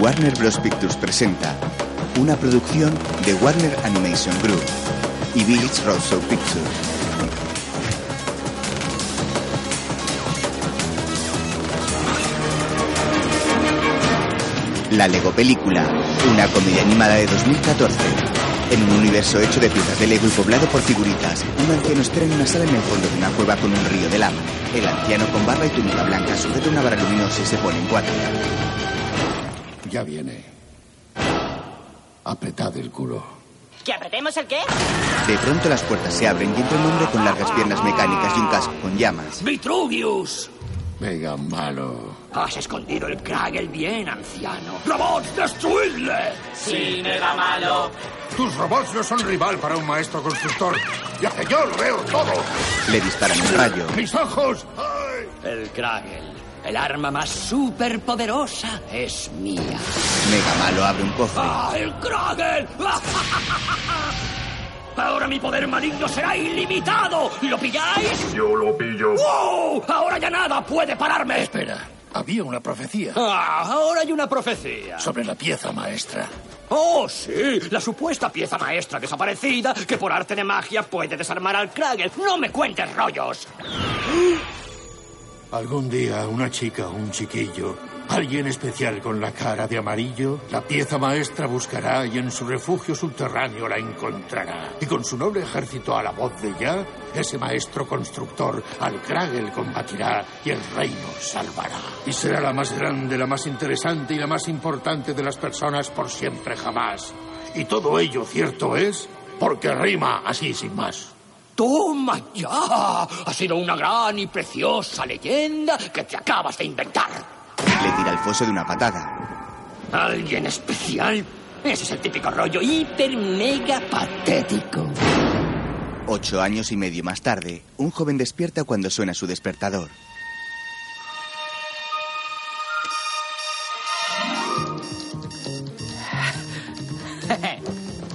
Warner Bros. Pictures presenta una producción de Warner Animation Group y Village Roadshow Pictures. La Lego Película, una comedia animada de 2014. En un universo hecho de piezas de Lego y poblado por figuritas, un anciano espera en una sala en el fondo de una cueva con un río de lava. El anciano con barba y túnica blanca sujeta una vara luminosa y se pone en cuatro. Ya viene. Apretad el culo. ¿Que apretemos el qué? De pronto las puertas se abren y entra un hombre con largas piernas mecánicas y un casco con llamas. ¡Vitruvius! Venga, malo. Has escondido el Kragel bien, anciano. ¡Robots, destruidle! Sí, mega malo. Tus robots no son rival para un maestro constructor. Ya que yo lo veo todo. Le disparan un rayo. ¡Mis ojos! ¡Ay! El Kragel. El arma más superpoderosa es mía. Mega malo abre un cofre. ¡Ah, el Kragel! Ahora mi poder maligno será ilimitado. ¿Lo pilláis? Yo lo pillo. ¡Wow! Ahora ya nada puede pararme. Espera, había una profecía. Ah, ahora hay una profecía. Sobre la pieza maestra. Oh, sí, la supuesta pieza maestra desaparecida que por arte de magia puede desarmar al Kragel. No me cuentes rollos. Algún día una chica o un chiquillo Alguien especial con la cara de amarillo, la pieza maestra buscará y en su refugio subterráneo la encontrará. Y con su noble ejército a la voz de ya, ese maestro constructor al Kragel combatirá y el reino salvará. Y será la más grande, la más interesante y la más importante de las personas por siempre jamás. Y todo ello cierto es porque rima así sin más. ¡Toma ya! Ha sido una gran y preciosa leyenda que te acabas de inventar. Le tira el foso de una patada. ¿Alguien especial? Ese es el típico rollo hiper mega patético. Ocho años y medio más tarde, un joven despierta cuando suena su despertador.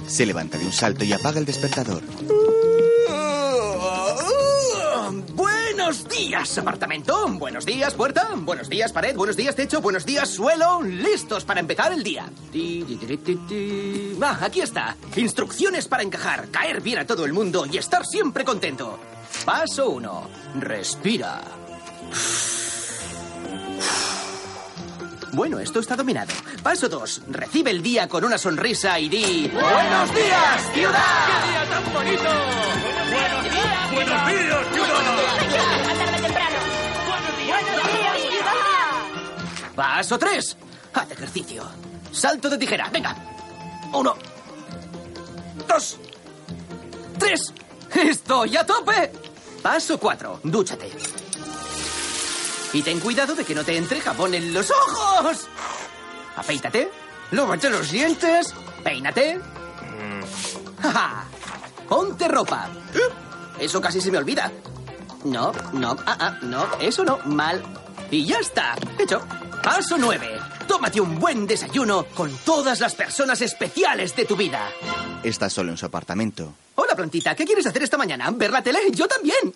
Se levanta de un salto y apaga el despertador. Buenos días, apartamento. Buenos días, puerta. Buenos días, pared. Buenos días, techo. Buenos días, suelo. Listos para empezar el día. Ah, aquí está. Instrucciones para encajar, caer bien a todo el mundo y estar siempre contento. Paso 1. Respira. Bueno, esto está dominado. Paso 2. Recibe el día con una sonrisa y di... ¡Buenos días, ciudad! ¡Qué día tan bonito! ¡Buenos días, ¡Buenos días, ciudad! Matarme temprano. ¡Buenos días, ¡Buenos días ciudad! Paso 3. Haz ejercicio. Salto de tijera. Venga. Uno. Dos. Tres. ¡Estoy a tope! Paso 4. Dúchate. Y ten cuidado de que no te entre jabón en los ojos. Afeítate, lávate los dientes, peínate. Ja, ja. Ponte ropa. Eso casi se me olvida. No, no, ah, ah, no, eso no, mal. Y ya está, hecho. Paso 9. Tómate un buen desayuno con todas las personas especiales de tu vida. Está solo en su apartamento. Hola, plantita, ¿qué quieres hacer esta mañana? ¿Ver la tele? Yo también.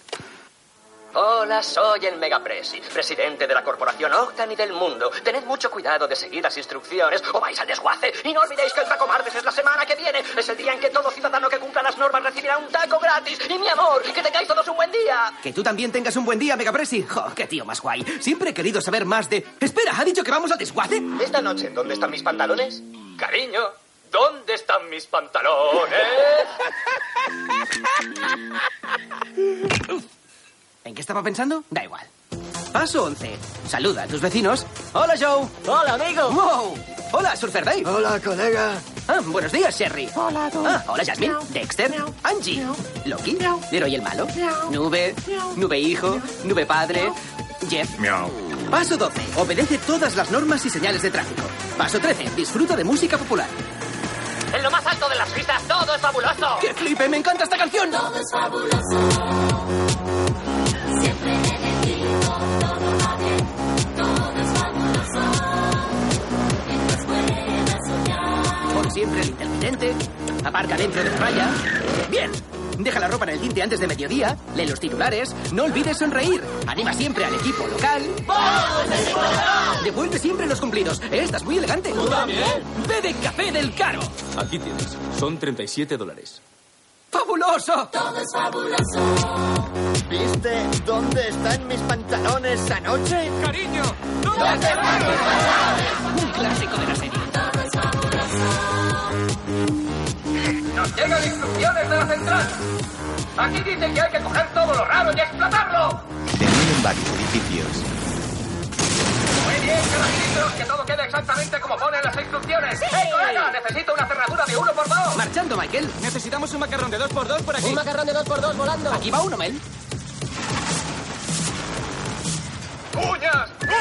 Hola, soy el Megapresi, presidente de la corporación Octan y del mundo. Tened mucho cuidado de seguir las instrucciones o vais al desguace. Y no olvidéis que el taco martes es la semana que viene. Es el día en que todo ciudadano que cumpla las normas recibirá un taco gratis. Y mi amor, que tengáis todos un buen día. Que tú también tengas un buen día, Megapresi. Jo, Oh, qué tío más guay. Siempre he querido saber más de... Espera, ¿ha dicho que vamos al desguace? Esta noche, ¿dónde están mis pantalones? Cariño, ¿dónde están mis pantalones? ¿En qué estaba pensando? Da igual. Paso 11. Saluda a tus vecinos. Hola, Joe. Hola, amigo. Wow. Hola, Surfer Dave. Hola, colega. Ah, buenos días, Sherry. Hola, Don. Ah, hola, Jasmine. Miau. Dexter. Miau. Angie. Miau. Loki. Miau. Leroy el malo. Miau. Nube. Miau. Nube hijo. Nube padre. Jeff. Miau. Paso 12. Obedece todas las normas y señales de tráfico. Paso 13. Disfruta de música popular. En lo más alto de las vistas todo es fabuloso. Oh. ¡Qué flipe! ¡Me encanta esta canción! Por siempre el intermitente. Aparca dentro de la raya. ¡Bien! deja la ropa en el tinte antes de mediodía, lee los titulares, no olvides sonreír, anima siempre al equipo local. Devuelve siempre los cumplidos. Estás muy elegante. ¿Tú también? Bebe café del caro. Aquí tienes. Son 37 dólares. ¡Fabuloso! ¿Viste dónde están mis pantalones anoche? Cariño, Un clásico de la serie. Nos llegan instrucciones de la central. Aquí dice que hay que coger todo lo raro y explotarlo. Destruyen varios edificios. Muy bien, caballeros, que todo quede exactamente como ponen las instrucciones. ¡Hey, colega! Necesito una cerradura de uno por dos. Marchando, Michael. Necesitamos un macarrón de 2x2 por aquí. Un macarrón de 2x2 volando. Aquí va uno, Mel. ¡Uñas!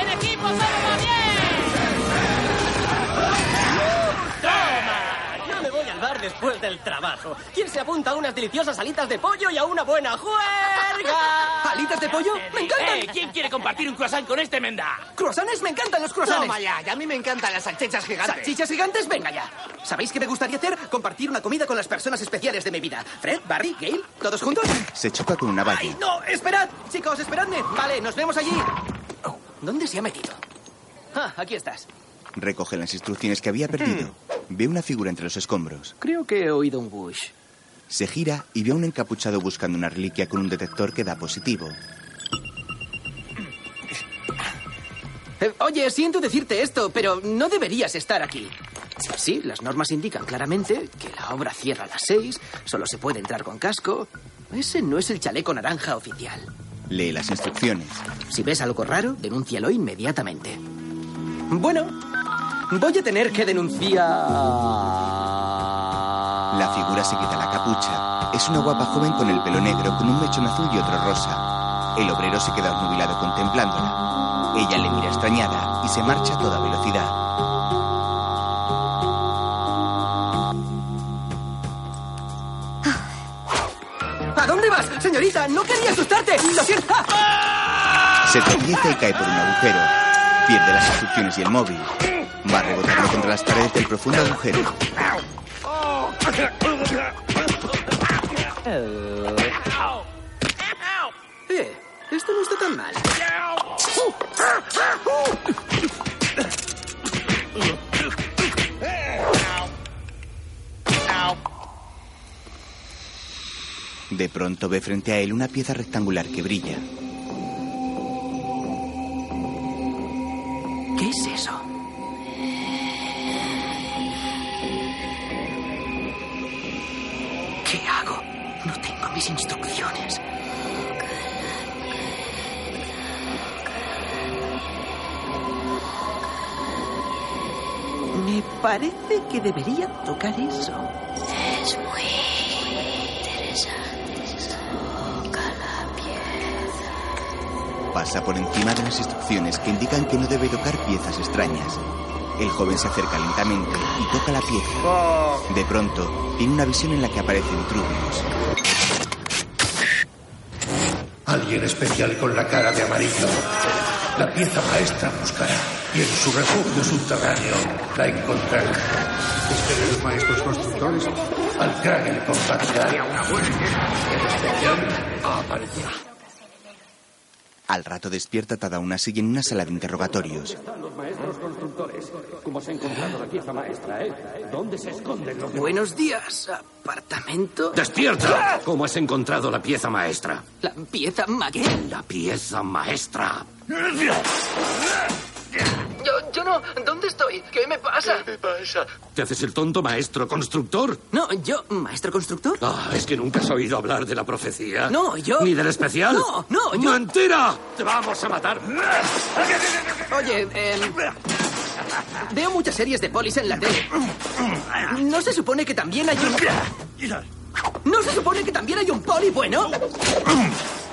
¡El equipo solo va bien! No me voy al bar después del trabajo. ¿Quién se apunta a unas deliciosas alitas de pollo y a una buena juerga? ¿Alitas de pollo? ¡Me encantan! Eh, ¿Quién quiere compartir un croissant con este menda? ¡Croissants! ¡Me encantan los croissants! ya! Y a mí me encantan las salchichas ¿Salchichas gigantes? Venga ya. ¿Sabéis qué me gustaría hacer? Compartir una comida con las personas especiales de mi vida. Fred, Barry, Gail, ¿todos juntos? se choca con una ¡Ay, valla. no! ¡Esperad! Chicos, esperadme. Vale, nos vemos allí. Oh, ¿Dónde se ha metido? Ah, aquí estás. Recoge las instrucciones que había perdido. Ve una figura entre los escombros. Creo que he oído un bush. Se gira y ve a un encapuchado buscando una reliquia con un detector que da positivo. Eh, oye, siento decirte esto, pero no deberías estar aquí. Sí, las normas indican claramente que la obra cierra a las seis, solo se puede entrar con casco. Ese no es el chaleco naranja oficial. Lee las instrucciones. Si ves algo raro, denúncialo inmediatamente. Bueno, voy a tener que denunciar... La figura se quita la capucha. Es una guapa joven con el pelo negro, con un mechón azul y otro rosa. El obrero se queda obnubilado contemplándola. Ella le mira extrañada y se marcha a toda velocidad. ¿A dónde vas, señorita? No quería asustarte. Lo siento. ¡Ah! Se tropieza y cae por un agujero. Pierde las instrucciones y el móvil. Va rebotando contra las paredes del profundo agujero. Eh, esto no está tan mal. De pronto ve frente a él una pieza rectangular que brilla. ¿Qué es eso? ¿Qué hago? No tengo mis instrucciones. Me parece que debería tocar eso. Pasa por encima de las instrucciones que indican que no debe tocar piezas extrañas. El joven se acerca lentamente y toca la pieza. De pronto, tiene una visión en la que aparecen trubios. Alguien especial con la cara de amarillo. La pieza maestra buscará y en su refugio subterráneo la encontrará. Este de los maestros constructores al Kraken compartirá una El ¿eh? especial aparecerá. Al rato despierta atada a una silla en una sala de interrogatorios. ¿Cómo se ha encontrado la pieza maestra, eh? ¿Dónde se esconden los Buenos días, apartamento. ¡Despierta! ¿Cómo has encontrado la pieza maestra? La pieza maguey. La pieza maestra. Yo, yo no. ¿Dónde estoy? ¿Qué me pasa? ¿Te haces el tonto maestro constructor? No, yo, maestro constructor. Ah, es que nunca has oído hablar de la profecía. No, yo- ¿Ni del especial? No, no, yo- ¡Mentira! ¡Te vamos a matar! Oye, em, veo muchas series de polis en la tele. ¿No se supone que también hay un... ¿No se supone que también hay un poli bueno?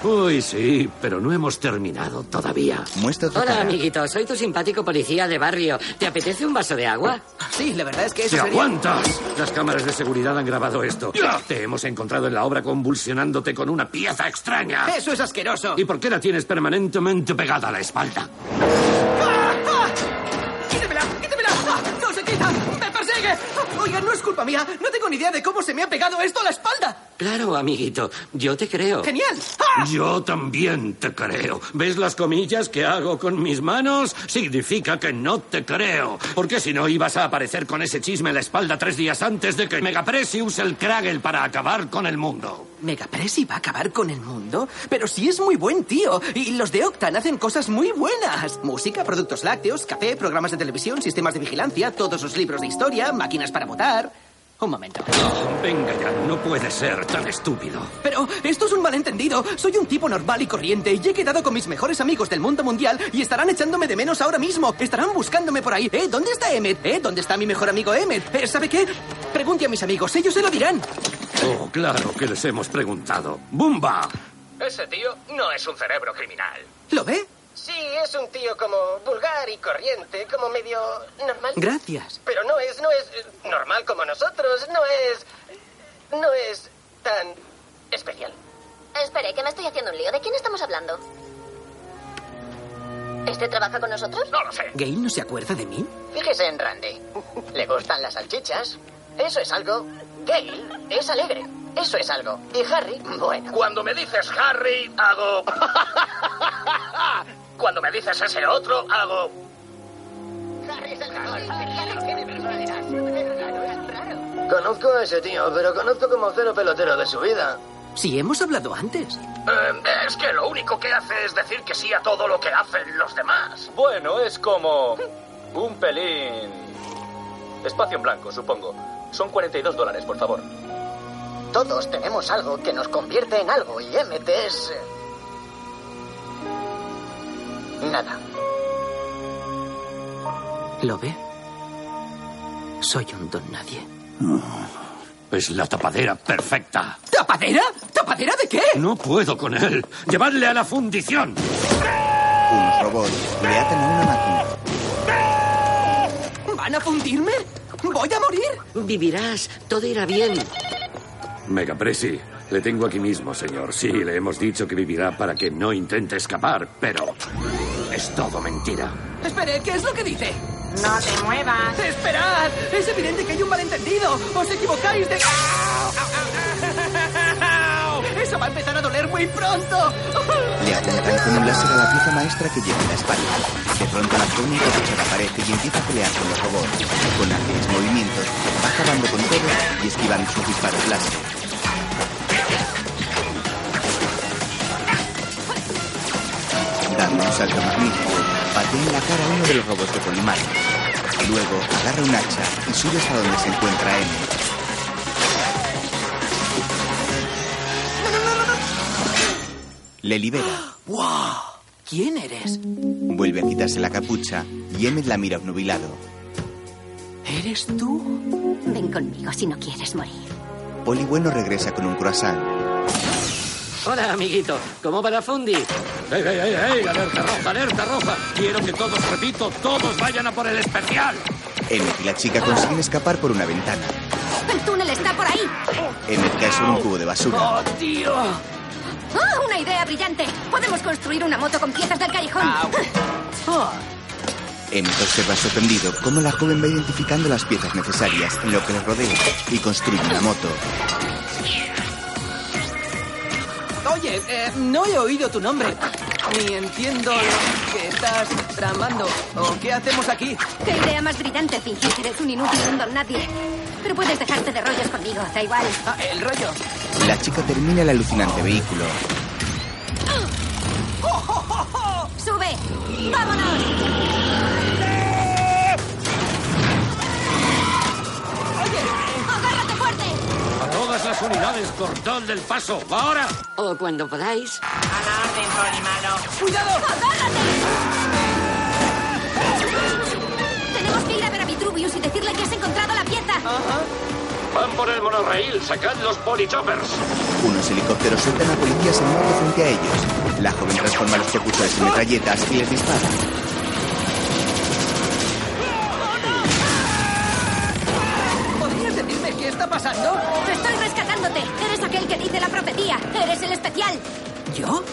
Uy, sí, pero no hemos terminado todavía. Muestra tu Hola, cara. amiguito. Soy tu simpático policía de barrio. ¿Te apetece un vaso de agua? Sí, la verdad es que ¡Te aguantas! Las cámaras de seguridad han grabado esto. Ya. Te hemos encontrado en la obra convulsionándote con una pieza extraña. Eso es asqueroso. ¿Y por qué la tienes permanentemente pegada a la espalda? ¡Ah! ¡Quítemela! ¡Quítemela! ¡Ah! ¡No se quita! ¡Me persigue! ¡Ah! Oiga, no es culpa mía. No tengo ni idea de cómo se me ha pegado esto a la espalda. Claro, amiguito. Yo te creo. ¡Genial! ¡Ah! Yo también te creo. ¿Ves las comillas que hago con mis manos? Significa que no te creo. Porque si no, ibas a aparecer con ese chisme en la espalda tres días antes de que Megapresi use el Kragel para acabar con el mundo. Megapresi va a acabar con el mundo, pero sí es muy buen tío. Y los de Octan hacen cosas muy buenas. Música, productos lácteos, café, programas de televisión, sistemas de vigilancia, todos los libros de historia, máquinas para votar. Un momento. Venga ya, no puede ser tan estúpido. Pero esto es un malentendido. Soy un tipo normal y corriente y he quedado con mis mejores amigos del mundo mundial y estarán echándome de menos ahora mismo. Estarán buscándome por ahí. ¿Eh? ¿Dónde está Emmet? ¿Eh? ¿Dónde está mi mejor amigo Emmet? ¿Eh? ¿Sabe qué? Pregunte a mis amigos, ellos se lo dirán. Oh, claro que les hemos preguntado. ¡Bumba! Ese tío no es un cerebro criminal. ¿Lo ve? Sí, es un tío como vulgar y corriente, como medio normal. Gracias. Pero no es, no es eh, normal como nosotros, no es... No es tan especial. Espere, que me estoy haciendo un lío. ¿De quién estamos hablando? ¿Este trabaja con nosotros? No lo sé. ¿Gay no se acuerda de mí? Fíjese en Randy. ¿Le gustan las salchichas? Eso es algo. Gail es alegre. Eso es algo. ¿Y Harry? Bueno. Cuando me dices Harry, hago... Cuando me dices ese otro, hago... Conozco a ese tío, pero conozco como cero pelotero de su vida. Si hemos hablado antes. Eh, es que lo único que hace es decir que sí a todo lo que hacen los demás. Bueno, es como. Un pelín. Espacio en blanco, supongo. Son 42 dólares, por favor. Todos tenemos algo que nos convierte en algo y MT es... eh, Nada. ¿Lo ve? Soy un don nadie. Oh, Es la tapadera perfecta. ¿Tapadera? ¿Tapadera de qué? No puedo con él. Llevadle a la fundición. Un robot le atan a una máquina. ¿Van a fundirme? ¡Voy a morir! Vivirás. Todo irá bien. Megapresi, le tengo aquí mismo, señor. Sí, le hemos dicho que vivirá para que no intente escapar, pero es todo mentira. Espere, ¿qué es lo que dice? No te muevas. ¡Esperad! Es evidente que hay un malentendido. Os equivocáis de... Eso va a empezar a doler muy pronto. Le apuntan con un láser a la pieza maestra que lleva en la espalda. De pronto la túnica desaparece y empieza a pelear con los robots. Con ágiles movimientos, va acabando con todo y esquivando sus disparos láser. Dando un salto magnífico, patea en la cara a uno de los robots que pone mal. Luego agarra un hacha y sube hasta donde se encuentra él. Le libera. ¡Wow! ¿Quién eres? Vuelve a quitarse la capucha y Emmet la mira obnubilado. ¿Eres tú? Ven conmigo si no quieres morir. Poli Bueno regresa con un croissant. Hola, amiguito. ¿Cómo va la fundi? ¡Ey, ey, ey, ey! ¡Alerta roja, alerta roja! Quiero que todos, repito, todos vayan a por el especial. Emmet y la chica consiguen escapar por una ventana. ¡El túnel está por ahí! Emmet cae sobre un cubo de basura. ¡Oh, tío! ¡Ah, una idea brillante! Podemos construir una moto con piezas del callejón. Oh, Emmet observa sorprendido cómo la joven va identificando las piezas necesarias en lo que los rodea y construye una moto. Oye, eh, no he oído tu nombre. Ni entiendo lo que estás tramando. ¿O qué hacemos aquí? ¡Qué idea más brillante fingir que eres un inútil y un don nadie! Pero puedes dejarte de rollos conmigo, da igual. Ah, el rollo. La chica termina el alucinante vehículo. ¡Sube! ¡Vámonos! ¡Agárrate fuerte! A todas las unidades, cortad del paso. ¡Ahora! O cuando podáis. A la orden, poli malo. ¡Cuidado! Oh, Tenemos que ir a ver a Vitruvius y decirle que has encontrado la pieza. Ajá. ¡Van por el monorreíl! ¡Sacad los polichoppers! Unos helicópteros sueltan a policías en moto frente a ellos. La joven transforma los propulsores en metralletas y les dispara. ¿Podrías decirme qué está pasando? Estoy rescatándote. Eres aquel que dice la profecía. Eres el especial. ¿Yo?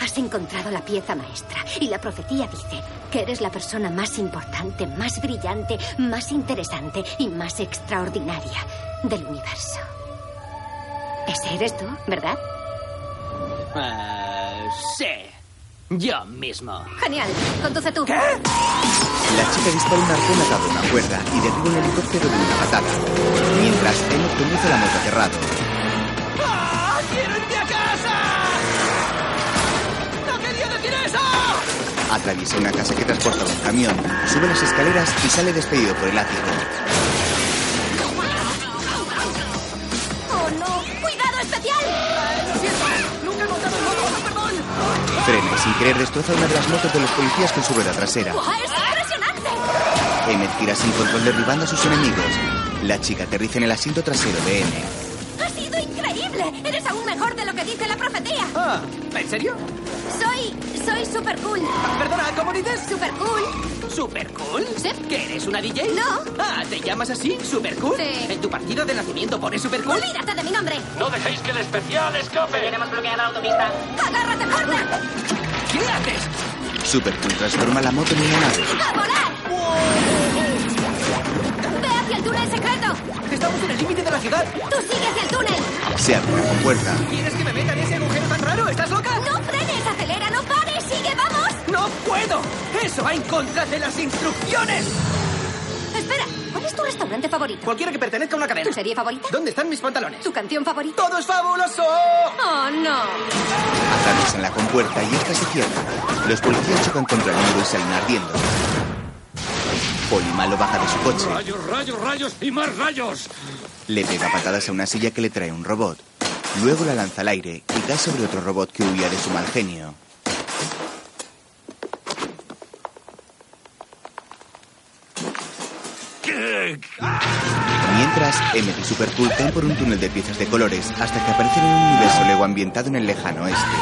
Has encontrado la pieza maestra y la profecía dice que eres la persona más importante, más brillante, más interesante y más extraordinaria del universo. Ese eres tú, ¿verdad? Ah, Eh, sí. Yo mismo. Genial. Conduce tú. La chica dispara un arcón atado a una cuerda y derriba un helicóptero de una patada. Mientras, Emmett conduce la moto aterrado. ¡Ah, quiero irme a casa! ¡No quería decir eso! Atraviesa una casa que transporta un camión, sube las escaleras y sale despedido por el ático. ¡Oh, no! ¡Cuidado, especial! ¡Lo siento! ¡Nunca he montado en moto! ¡Perdón! Frena y sin querer destroza una de las motos de los policías con su rueda trasera. ¡Guau, es impresionante! Emmett gira sin control derribando a sus enemigos. La chica aterriza en el asiento trasero de Emmett. ¡Ha sido increíble! ¡Eres aún mejor de lo que dice la profecía! Ah, ¿en serio? Ah, Soy... soy super cool. Perdona, ¿cómo dices? Super cool. ¿Super cool? Sí. ¿Que eres una DJ? No. Ah, ¿te llamas así? ¿Super cool? Sí. ¿En tu partida de nacimiento pones super cool? Olvídate de mi nombre. ¡No dejéis que el especial escape! Tenemos bloqueada la autopista. ¡Agárrate, corta! ¿Qué haces? Supercool transforma la moto en una nave. ¡A volar! ¡Ve hacia el túnel secreto! Estamos en el límite de la ciudad. ¡Tú sigue hacia el túnel! Se abre una compuerta. ¿Quieres que me meta en ese agujero tan raro? ¿Estás loca? ¡No frenes! ¡Acelera! ¡No pares! ¡Sigue! ¡Vamos! ¡No puedo! ¡Eso va en contra de las instrucciones! Espera, ¿cuál es tu restaurante favorito? Cualquiera que pertenezca a una cadena. ¿Tu serie favorita? ¿Dónde están mis pantalones? ¿Tu canción favorita? ¡Todo es fabuloso! ¡Oh, no! Atraviesan la compuerta y esta se cierra. Los policías chocan contra el muro y salen ardiendo. Polimalo baja de su coche. ¡Rayos, rayos, rayos y más rayos! Le pega patadas a una silla que le trae un robot. Luego la lanza al aire y cae sobre otro robot que huía de su mal genio. Mientras, Emmett y Supercool caen por un túnel de piezas de colores hasta que aparecen en un universo lego ambientado en el lejano oeste.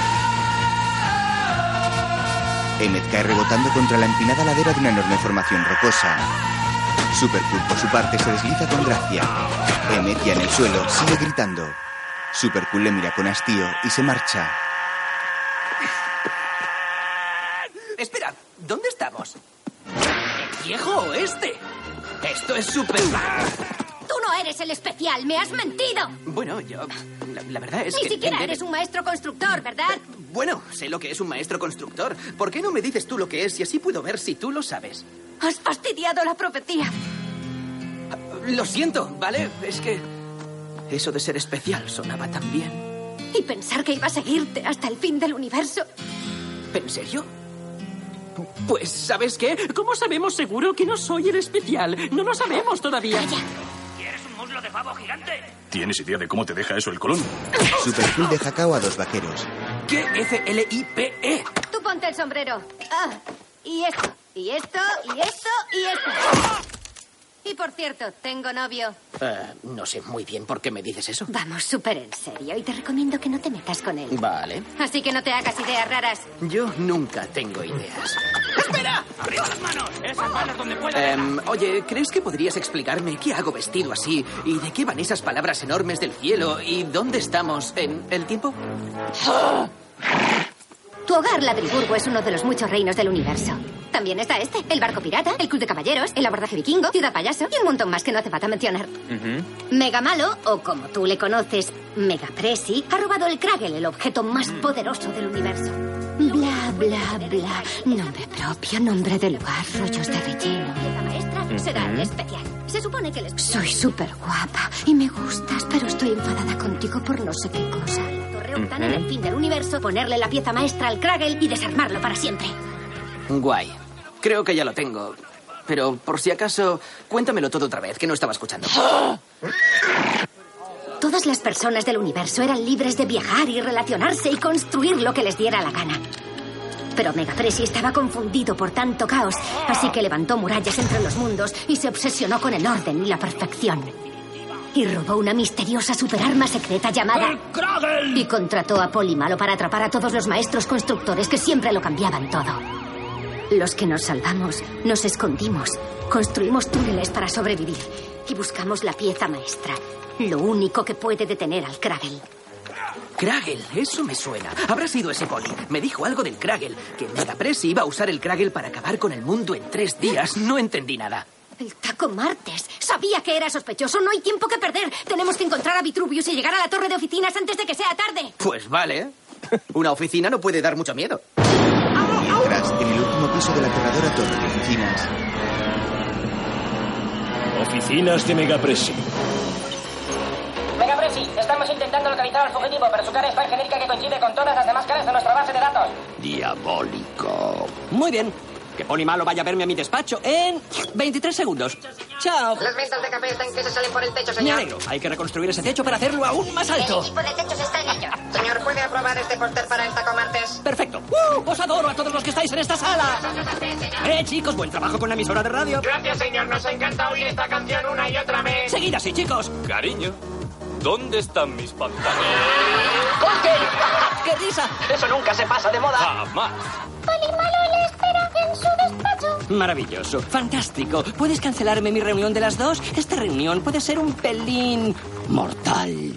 Emmet cae rebotando contra la empinada ladera de una enorme formación rocosa. Supercool, por su parte, se desliza con gracia. Emmet, ya en el suelo, sigue gritando. Supercool le mira con hastío y se marcha. Espera, ¿dónde estamos? ¡El viejo oeste! Esto es super... ¡Tú no eres el especial! ¡Me has mentido! Bueno, yo... La, la verdad Eh, es Ni que... siquiera en vez de- eres un maestro constructor, ¿verdad? Bueno, sé lo que es un maestro constructor. ¿Por qué no me dices tú lo que es y así puedo ver si tú lo sabes? Has fastidiado la profecía. Lo siento, ¿vale? Es que... Eso de ser especial sonaba tan bien. Y pensar que iba a seguirte hasta el fin del universo. ¿En serio? Pues, ¿sabes qué? ¿Cómo sabemos seguro que no soy el especial? No lo sabemos todavía. ¿Quieres un muslo de pavo gigante? ¿Tienes idea de cómo te deja eso el colón? Supercool deja cao a dos vaqueros. ¿Qué F-L-I-P-E? Tú ponte el sombrero. Ah, y esto, y esto, y esto, y esto. Y por cierto, tengo novio. Eh, no sé muy bien por qué me dices eso. Vamos súper en serio y te recomiendo que no te metas con él. Vale. Así que no te hagas ideas raras. Yo nunca tengo ideas. ¡Espera! ¡Arriba las manos! ¡Esas manos donde pueda! Em, oye, ¿crees que podrías explicarme qué hago vestido así? ¿Y de qué van esas palabras enormes del cielo? ¿Y dónde estamos en el tiempo? ¡Ah! Tu hogar, Ladriburgo, es uno de los muchos reinos del universo. También está este, el barco pirata, el club de caballeros, el abordaje vikingo, ciudad payaso y un montón más que no hace falta mencionar. Mega Malo, o como tú le conoces, Mega Presi, ha robado el Kragel, el objeto más poderoso del universo. Bla, bla, bla. Nombre propio, nombre del hogar, rollos de relleno. La maestra será el especial. Se supone que el especial... Soy súper guapa y me gustas, pero estoy enfadada contigo por no sé qué cosa. La torre Octana en el fin del universo, ponerle la pieza maestra al Kragel y desarmarlo para siempre. Guay. Creo que ya lo tengo. Pero por si acaso, cuéntamelo todo otra vez, que no estaba escuchando. ¡Ah! Todas las personas del universo eran libres de viajar y relacionarse y construir lo que les diera la gana. Pero Megapresi estaba confundido por tanto caos, así que levantó murallas entre los mundos y se obsesionó con el orden y la perfección. Y robó una misteriosa superarma secreta llamada... Y contrató a Polymalo para atrapar a todos los maestros constructores que siempre lo cambiaban todo. Los que nos salvamos, nos escondimos, construimos túneles para sobrevivir y buscamos la pieza maestra, lo único que puede detener al Kragel. Kragel, eso me suena. Habrá sido ese poli. Me dijo algo del Kragel, que Megapresi iba a usar el Kragel para acabar con el mundo en tres días. No entendí nada. El taco martes. Sabía que era sospechoso. No hay tiempo que perder. Tenemos que encontrar a Vitruvius y llegar a la torre de oficinas antes de que sea tarde. Pues vale. Una oficina no puede dar mucho miedo. Mientras, en el último piso de la aterradora torre de oficinas, Oficinas de Megapresi. Megapresi, estamos intentando localizar al fugitivo, pero su cara es tan genérica que coincide con todas las demás caras de nuestra base de datos. Diabólico. Muy bien. Que Poli Malo vaya a verme a mi despacho en 23 segundos. Chao. Las ventas de café están que se salen por el techo, Me señor. alegro. Hay que reconstruir ese techo para hacerlo aún más El alto. equipo de techos está en ello. Señor, ¿puede aprobar este póster para el taco martes? Perfecto. ¡Uh! Os adoro a todos los que estáis en esta sala. Eh, chicos, buen trabajo con la emisora de radio. Gracias, señor. Nos encanta oír esta canción una y otra vez. Seguid así, chicos. Cariño, ¿dónde están mis pantalones? ¡Corte! ¡Qué risa! Eso nunca se pasa de moda. Jamás. Polimalo le espera en su despacho. Maravilloso, fantástico. ¿Puedes cancelarme mi reunión de las dos? Esta reunión puede ser un pelín mortal.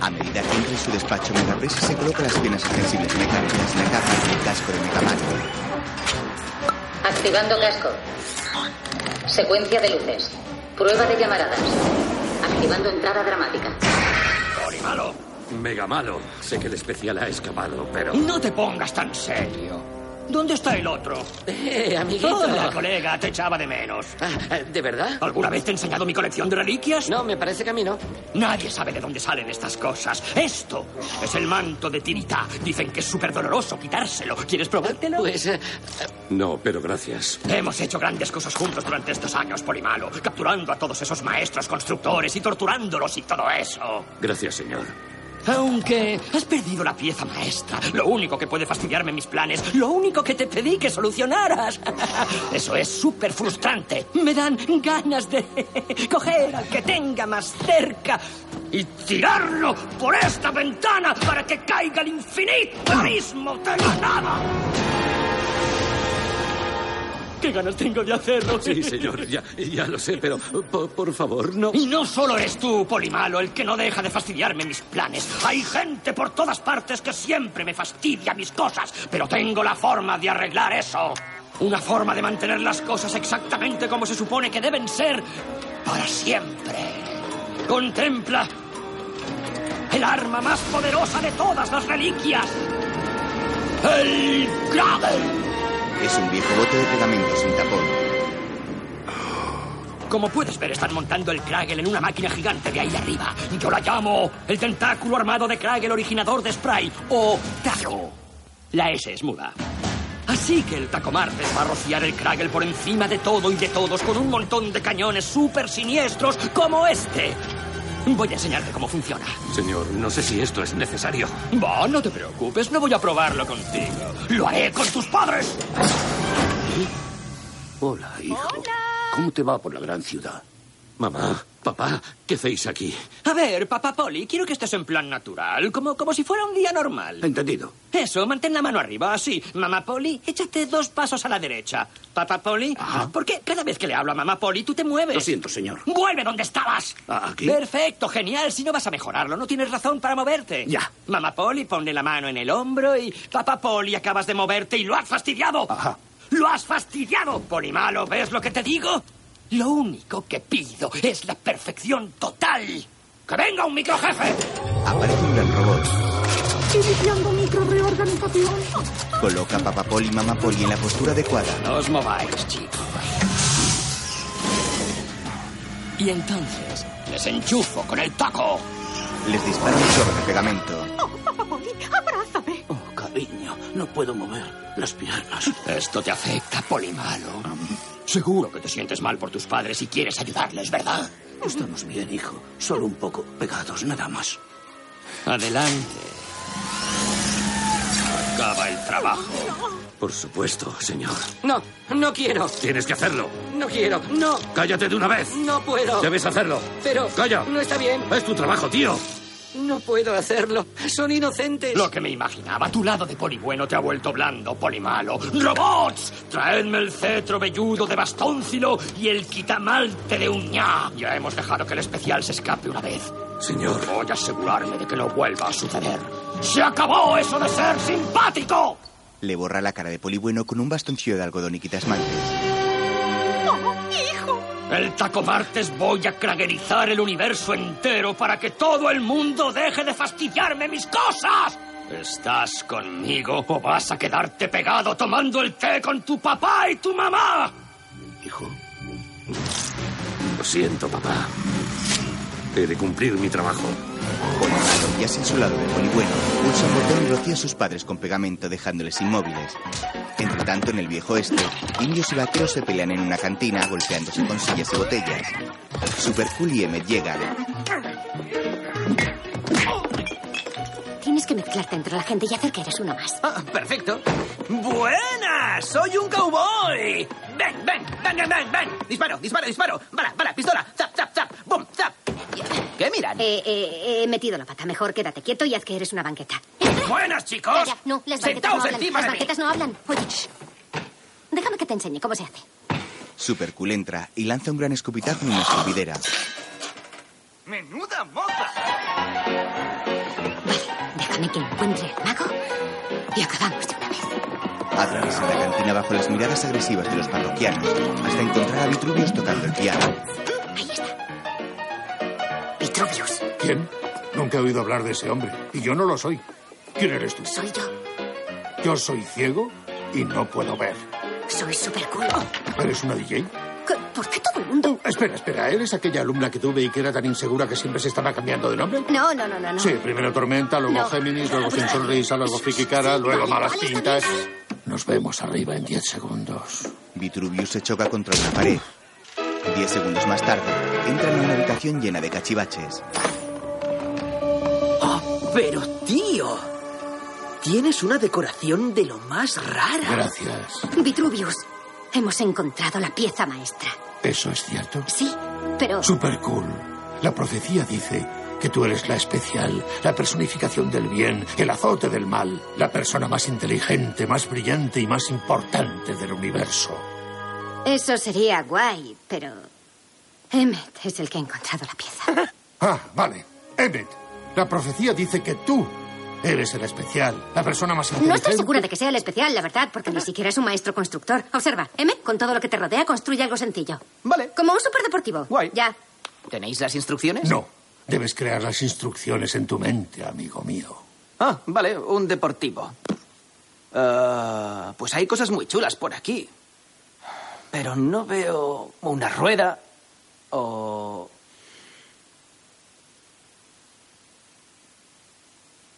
A medida que entra en su despacho, Megapresi se coloca las piernas extensibles mecánicas, la capa y el casco de Megamalo. Activando casco. Secuencia de luces. Prueba de llamaradas. Activando entrada dramática. Polimalo. Mega malo. Sé que el especial ha escapado, pero. No te pongas tan serio. ¿Dónde está el otro? Eh, amiguito. Ah, Hola, colega, te echaba de menos. ¿De verdad? ¿Alguna vez te he enseñado mi colección de reliquias? No, me parece que a mí no. Nadie sabe de dónde salen estas cosas. Esto es el manto de Tirita. Dicen que es súper doloroso quitárselo. ¿Quieres probártelo? Pues... No, pero gracias. Hemos hecho grandes cosas juntos durante estos años, Polimalo, capturando a todos esos maestros constructores y torturándolos y todo eso. Gracias, señor. Aunque has perdido la pieza maestra, lo único que puede fastidiarme mis planes, lo único que te pedí que solucionaras. Eso es súper frustrante. Me dan ganas de coger al que tenga más cerca y tirarlo por esta ventana para que caiga al infinito abismo de la nada. ¿Qué ganas tengo de hacerlo? Sí, señor, ya, ya lo sé, pero po- por favor, no. Y no solo eres tú, Polimalo, el que no deja de fastidiarme mis planes. Hay gente por todas partes que siempre me fastidia mis cosas, pero tengo la forma de arreglar eso. Una forma de mantener las cosas exactamente como se supone que deben ser para siempre. Contempla el arma más poderosa de todas las reliquias. El Kraken. Es un viejo bote de pegamento sin tapón. Como puedes ver, están montando el Kragel en una máquina gigante de ahí arriba. Yo la llamo el tentáculo armado de Kragel originador de spray o Taco. La S es muda. Así que el Taco Martes va a rociar el Kragel por encima de todo y de todos con un montón de cañones súper siniestros como este. Voy a enseñarte cómo funciona. Señor, no sé si esto es necesario. Va, no te preocupes, no voy a probarlo contigo. Lo haré con tus padres. Hola, hijo. ¿Cómo te va por la gran ciudad? Mamá, papá, ¿qué hacéis aquí? A ver, papá Poli, quiero que estés en plan natural, como, como si fuera un día normal. Entendido. Eso, mantén la mano arriba, así. Mamá Poli, échate dos pasos a la derecha. Papá Poli, ¿por qué cada vez que le hablo a mamá Poli tú te mueves? Lo siento, señor. ¡Vuelve donde estabas! Ah, ¿aquí? Perfecto, genial, si no vas a mejorarlo, no tienes razón para moverte. Ya. Mamá Poli, ponle la mano en el hombro y... Papá Poli, acabas de moverte y lo has fastidiado. Ajá. ¡Lo has fastidiado, Poli malo! ¿Ves lo que te digo? Lo único que pido es la perfección total. ¡Que venga un microjefe! Aparece un gran robot. Iniciando micro reorganización. Coloca a Papá Poli y Mamá Poli en la postura adecuada. No os mováis, chicos. Y entonces les enchufo con el taco. Les dispara un sobre de pegamento. abrázame. Cariño, no puedo mover las piernas. Esto te afecta, Polimalo. Seguro que te sientes mal por tus padres y quieres ayudarles, ¿verdad? Estamos bien, hijo. Solo un poco pegados, nada más. Adelante. Acaba el trabajo. Por supuesto, señor. No, no quiero. Tienes que hacerlo. No quiero. No. Cállate de una vez. No puedo. Debes hacerlo. Pero. Calla. No está bien. Es tu trabajo, tío. No puedo hacerlo. Son inocentes. Lo que me imaginaba. Tu lado de poli bueno te ha vuelto blando, poli malo. ¡Robots! Traedme el cetro velludo de bastoncilo y el quitamalte de uñá. Ya hemos dejado que el especial se escape una vez. Señor. Voy a asegurarme de que no vuelva a suceder. ¡Se acabó eso de ser simpático! Le borra la cara de poli bueno con un bastoncillo de algodón y quita esmaltes. ¡Oh, hijo! El taco martes voy a craguerizar el universo entero para que todo el mundo deje de fastidiarme mis cosas. ¿Estás conmigo o vas a quedarte pegado tomando el té con tu papá y tu mamá? Hijo. Lo siento, papá. He de cumplir mi trabajo. Colorado ya sin su lado de polibueno, pulsa un botón y rocía a sus padres con pegamento dejándoles inmóviles. Entre tanto, en el viejo este, indios y vaqueros se pelean en una cantina golpeándose con sillas y botellas. Super Cool y Emmet llegan. Tienes que mezclarte entre la gente y hacer que eres uno más. Ah, perfecto. ¡Buenas! ¡Soy un cowboy! ¡Ven, ven, ven, ven, ven! ven. ¡Disparo, disparo, disparo! ¡Bala, bala, pistola! ¡Zap, zap, zap! ¡Bum, zap! ¿Qué miran? Eh, eh, he metido la pata. Mejor quédate quieto y haz que eres una banqueta. ¡Buenas, chicos! Calla, no, las banquetas Sentaos no hablan. encima Las de mí. banquetas no hablan. Oye, shh. déjame que te enseñe cómo se hace. Super Cool entra y lanza un gran escupitazo en una escupidera. ¡Menuda mota! Déjame que encuentre al mago y acabamos de una vez. Atraviesa la cantina bajo las miradas agresivas de los parroquianos hasta encontrar a Vitruvius tocando el piano. Vitruvius. ¿Quién? Nunca he oído hablar de ese hombre. Y yo no lo soy. ¿Quién eres tú? Soy yo. Yo soy ciego y no puedo ver. Soy super cool. ¿Eres una DJ? ¿Por qué todo el mundo? Espera, espera. ¿Eres aquella alumna que tuve y que era tan insegura que siempre se estaba cambiando de nombre? No, no, no, no. no. Sí, primero Tormenta, luego No. Pues Géminis, luego Sin Sonrisa, luego Friki Cara, luego Malas Tintas. Nos vemos arriba en 10 segundos. Vitruvius se choca contra una pared. Diez segundos más tarde, entran a una habitación llena de cachivaches. Pero tío, tienes una decoración de lo más rara. Gracias. Vitruvius, hemos encontrado la pieza maestra. ¿Eso es cierto? Sí, pero... Super cool. La profecía dice que tú eres la especial, la personificación del bien, el azote del mal, la persona más inteligente, más brillante y más importante del universo. Eso sería guay, pero... Emmet es el que ha encontrado la pieza. Ah, vale. Emmet, la profecía dice que tú eres el especial, la persona más inteligente. No estoy segura de que sea el especial, la verdad, porque ni siquiera es un maestro constructor. Observa, Emmet, con todo lo que te rodea, construye algo sencillo. Vale. Como un superdeportivo. Guay. Ya. ¿Tenéis las instrucciones? No. Debes crear las instrucciones en tu mente, amigo mío. Ah, vale, un deportivo. Ah, pues hay cosas muy chulas por aquí. Pero no veo una rueda o...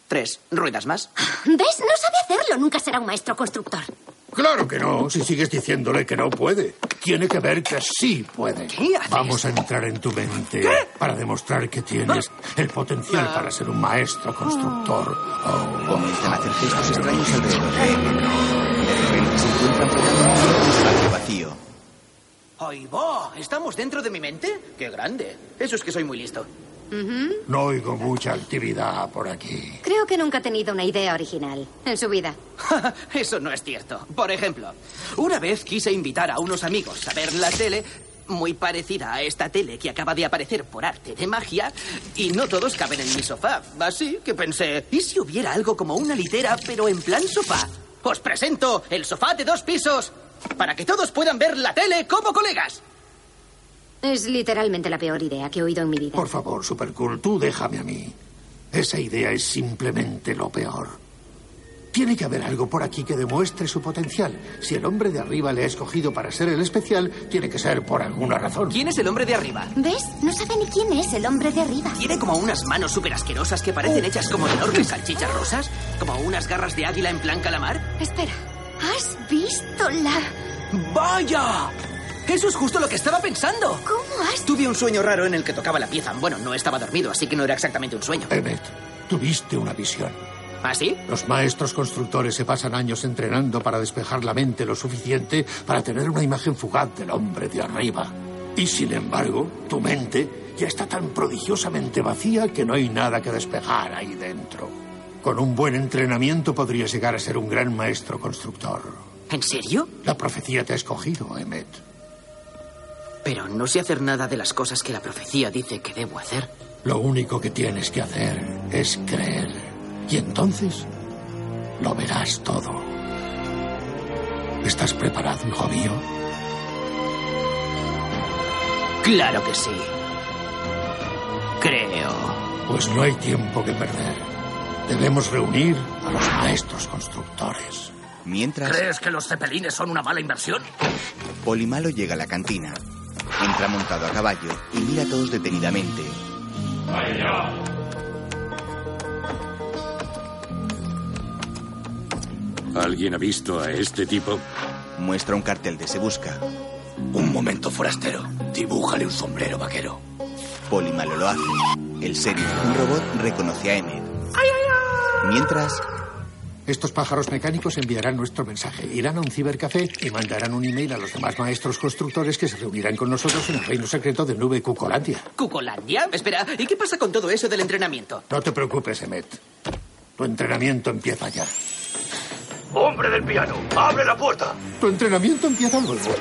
Tres ruedas más. ¿Ves? No sabe hacerlo. Nunca será un maestro constructor. Claro que no, si sigues diciéndole que no puede. Tiene que ver que sí puede. Vamos a entrar en tu mente para demostrar que tienes el Ah. potencial para ser un maestro constructor. Oh, Comienzan a hacer gestos extraños alrededor de él. Eh, De repente se encuentran pegando un tiro en un espacio vacío. ¡Ay, va! ¿Estamos dentro de mi mente? ¡Qué grande! Eso es que soy muy listo. Ujú. No oigo mucha actividad por aquí. Creo que nunca ha tenido una idea original en su vida. Eso no es cierto. Por ejemplo, una vez quise invitar a unos amigos a ver la tele muy parecida a esta tele que acaba de aparecer por arte de magia y no todos caben en mi sofá. Así que pensé, ¿y si hubiera algo como una litera pero en plan sofá? Os presento el sofá de dos pisos para que todos puedan ver la tele como colegas. Es literalmente la peor idea que he oído en mi vida. Por favor, Supercool, tú déjame a mí. Esa idea es simplemente lo peor. Tiene que haber algo por aquí que demuestre su potencial. Si el hombre de arriba le ha escogido para ser el especial, tiene que ser por alguna razón. ¿Quién es el hombre de arriba? ¿Ves? No sabe ni quién es el hombre de arriba. Tiene como unas manos súper asquerosas que parecen hechas como enormes salchichas rosas, como unas garras de águila en plan calamar. Espera. ¿Has visto la...? ¡Vaya! Eso es justo lo que estaba pensando. ¿Cómo has...? Tuve un sueño raro en el que tocaba la pieza. Bueno, no estaba dormido, así que no era exactamente un sueño. Emmet, tuviste una visión. ¿Así? Los maestros constructores se pasan años entrenando para despejar la mente lo suficiente para tener una imagen fugaz del hombre de arriba. Y sin embargo, tu mente ya está tan prodigiosamente vacía que no hay nada que despejar ahí dentro. Con un buen entrenamiento podrías llegar a ser un gran maestro constructor. ¿En serio? La profecía te ha escogido, Emmet. Pero no sé hacer nada de las cosas que la profecía dice que debo hacer. Lo único que tienes que hacer es creer. Y entonces lo verás todo. ¿Estás preparado, hijo mío? Claro que sí. Creo. Pues no hay tiempo que perder. Debemos reunir a los maestros constructores. Mientras, ¿Crees que los cepelines son una mala inversión? Polimalo llega a la cantina. Entra montado a caballo y mira a todos detenidamente. ¿Alguien ha visto a este tipo? Muestra un cartel de Se Busca. Un momento, forastero. Dibújale un sombrero vaquero. Polimalo lo hace. El serio, un robot, reconoce a Emmet. Mientras, Estos pájaros mecánicos enviarán nuestro mensaje, irán a un cibercafé y mandarán un email a los demás maestros constructores que se reunirán con nosotros en el reino secreto de Nube Cucolandia. ¿Cucolandia? Espera, ¿y qué pasa con todo eso del entrenamiento? No te preocupes, Emmet. Tu entrenamiento empieza ya. ¡Hombre del piano! ¡Abre la puerta! Tu entrenamiento empieza luego.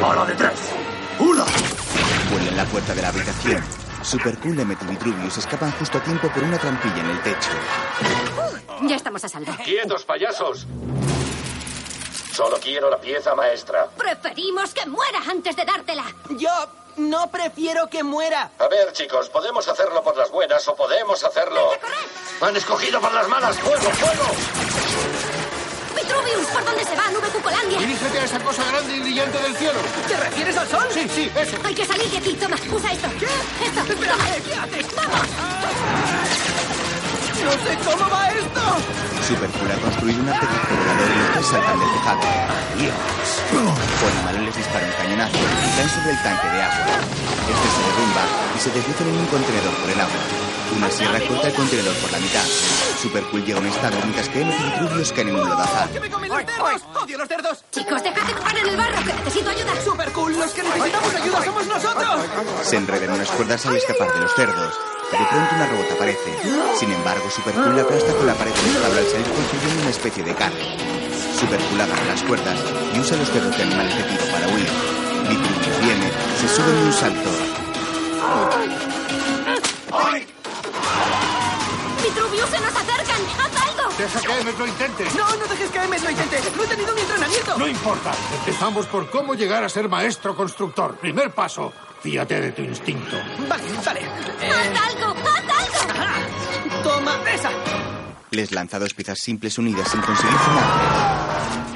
¡Para detrás! ¡Una! Vuela en la puerta de la habitación. Supercool, Emmet y Vitruvius escapan justo a tiempo por una trampilla en el techo. Ya estamos a salvo. ¡Quietos, payasos! Solo quiero la pieza maestra. Preferimos que muera antes de dártela. Yo no prefiero que muera. A ver, chicos, podemos hacerlo por las buenas o podemos hacerlo. ¡Han escogido por las malas! ¡Fuego, fuego! Vitruvius, ¿por dónde se va? Nube Cucolandia. Dirígete a esa cosa grande y brillante del cielo. ¿Te refieres al sol? Sí, sí, eso. Hay que salir de aquí. Toma, usa esto. Esto, toma. ¡Vamos! ¡No sé cómo va esto! Supercool ha construido un artefacto volador y los tres saltan del tejado. Polimalo les dispara un cañonazo y caen sobre el tanque de agua. Este se derrumba y se deslizan en un contenedor por el agua. Una sierra corta el contenedor por la mitad. Supercool llega a un estado mientras que Emmet y Vitruvius caen en un lodazal. Oh, ¡Que me comen los cerdos! ¡Odio los cerdos! Chicos, dejad de jugar en el barro, que necesito ayuda. ¡Super cool! ¡Los que necesitamos ayuda somos nosotros! Se enredan unas cuerdas al escapar de los cerdos. De pronto una robot aparece. Sin embargo, Supercool la aplasta con la pared del tabla al salir construyendo una especie de carro. Supercool agarra las cuerdas y usa los dedos de animales de tiro para huir. Vitruvius viene, se sube en un salto. Vitruvius, se nos acercan. Haz algo. Deja que Emmet lo intente. ¡No, no dejes que Emes lo intente! ¡No he tenido mi entrenamiento! No importa. Empezamos por cómo llegar a ser maestro constructor. Primer paso. Fíate de tu instinto. Vale, vale. Eh, Haz algo. Haz algo. ¡Ajá! ¡Toma esa! Les lanza dos piezas simples unidas sin conseguir frenar.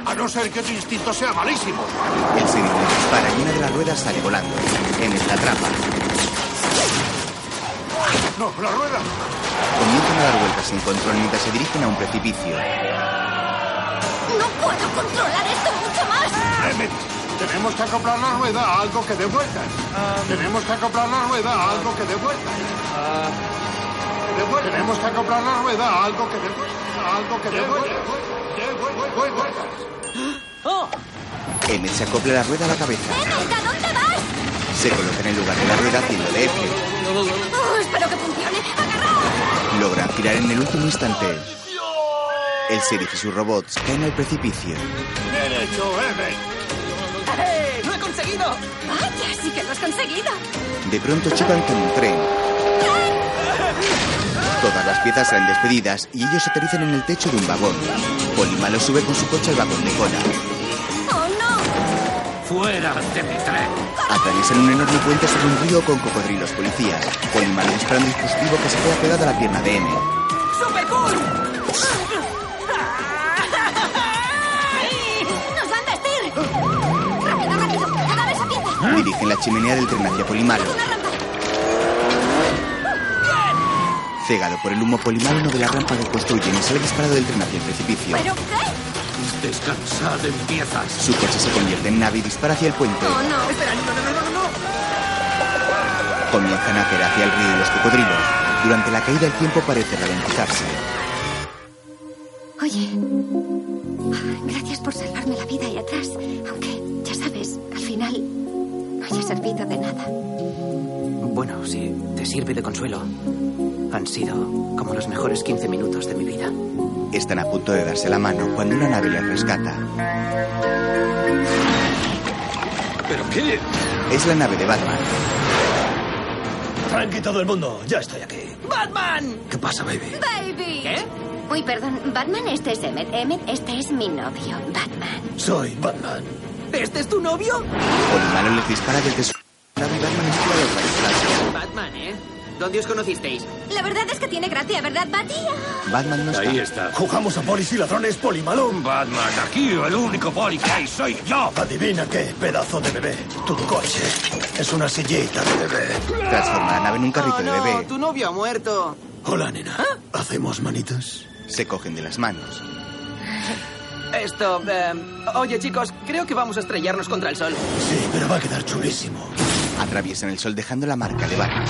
A no ser que tu instinto sea malísimo. El serio les dispara y una de las ruedas sale volando. Emmet la atrapa. No, la rueda. Comienzan a dar vueltas sin control mientras se dirigen a un precipicio. No puedo controlar esto mucho más. Emmet, tenemos que acoplar la rueda a algo que dé vueltas. Tenemos que acoplar la rueda a algo que dé vueltas. Dé vueltas. Tenemos que acoplar la rueda a algo que dé vueltas. A algo que dé vueltas. Dé vueltas. Dé vueltas. Emmet se acopla la rueda a la cabeza. Emmet, ¿a dónde vas? Se coloca en el lugar de la rueda haciendo de F. Oh, espero que funcione. Agarraos. Logran girar en el último instante. El sheriff y sus robots caen al precipicio. Derecho, Emmet. ¡Eh! ¡Lo he conseguido! Vaya, sí que lo has conseguido. De pronto chocan con un tren. Todas las piezas salen despedidas y ellos aterrizan en el techo de un vagón. Polimalo sube con su coche al vagón de cola. Oh, no. ¡Fuera de mi tren! Atraviesan un enorme puente sobre un río con cocodrilos policías. Polimalo dispara un dispositivo que se queda pegado a la pierna de Emmet. ¡Super cool! Nos van a vestir. Rápido, rápido. Dame esa pinta. Dirigen la chimenea del tren hacia Polimalo. Cegado por el humo, Polimalo no ve la rampa que construyen y sale disparado del tren hacia el precipicio. ¿Pero qué? Descansad en piezas. Su coche se convierte en nave y dispara hacia el puente. Oh, no. Espera, no, no, no, no, no. Comienzan a caer hacia el río y los cocodrilos. Durante la caída el tiempo parece ralentizarse. Oye, gracias por salvarme la vida y atrás, aunque ya sabes, al final no haya servido de nada. Bueno, si te sirve de consuelo, han sido como los mejores 15 minutos de mi vida. Están a punto de darse la mano cuando una nave les rescata. ¿Pero qué? Es la nave de Batman. Tranqui todo el mundo, ya estoy aquí. ¡Batman! ¿Qué pasa, baby? ¡Baby! ¿Qué? Uy, perdón, Batman, este es Emmet. Emmet, este es mi novio, Batman. Soy Batman. ¿Este es tu novio? Polimalo les dispara desde su nave y Batman esquiva los rayos láser. Batman, ¿eh? ¿Dónde os conocisteis? La verdad es que tiene gracia, ¿verdad, Batía? Batman no está. Ahí está. Jugamos a polis y ladrones, Polimalo. Batman, aquí el único poli que hay soy yo. Adivina qué, pedazo de bebé. Tu coche es una sillita de bebé. Transforma la nave en un carrito Oh, de no, bebé. tu novio ha muerto. ¿Ah? Hola, nena. ¿Hacemos manitas? Se cogen de las manos. Esto, eh, oye chicos, creo que vamos a estrellarnos contra el sol. Sí, pero va a quedar chulísimo. Atraviesan el sol dejando la marca de Batman.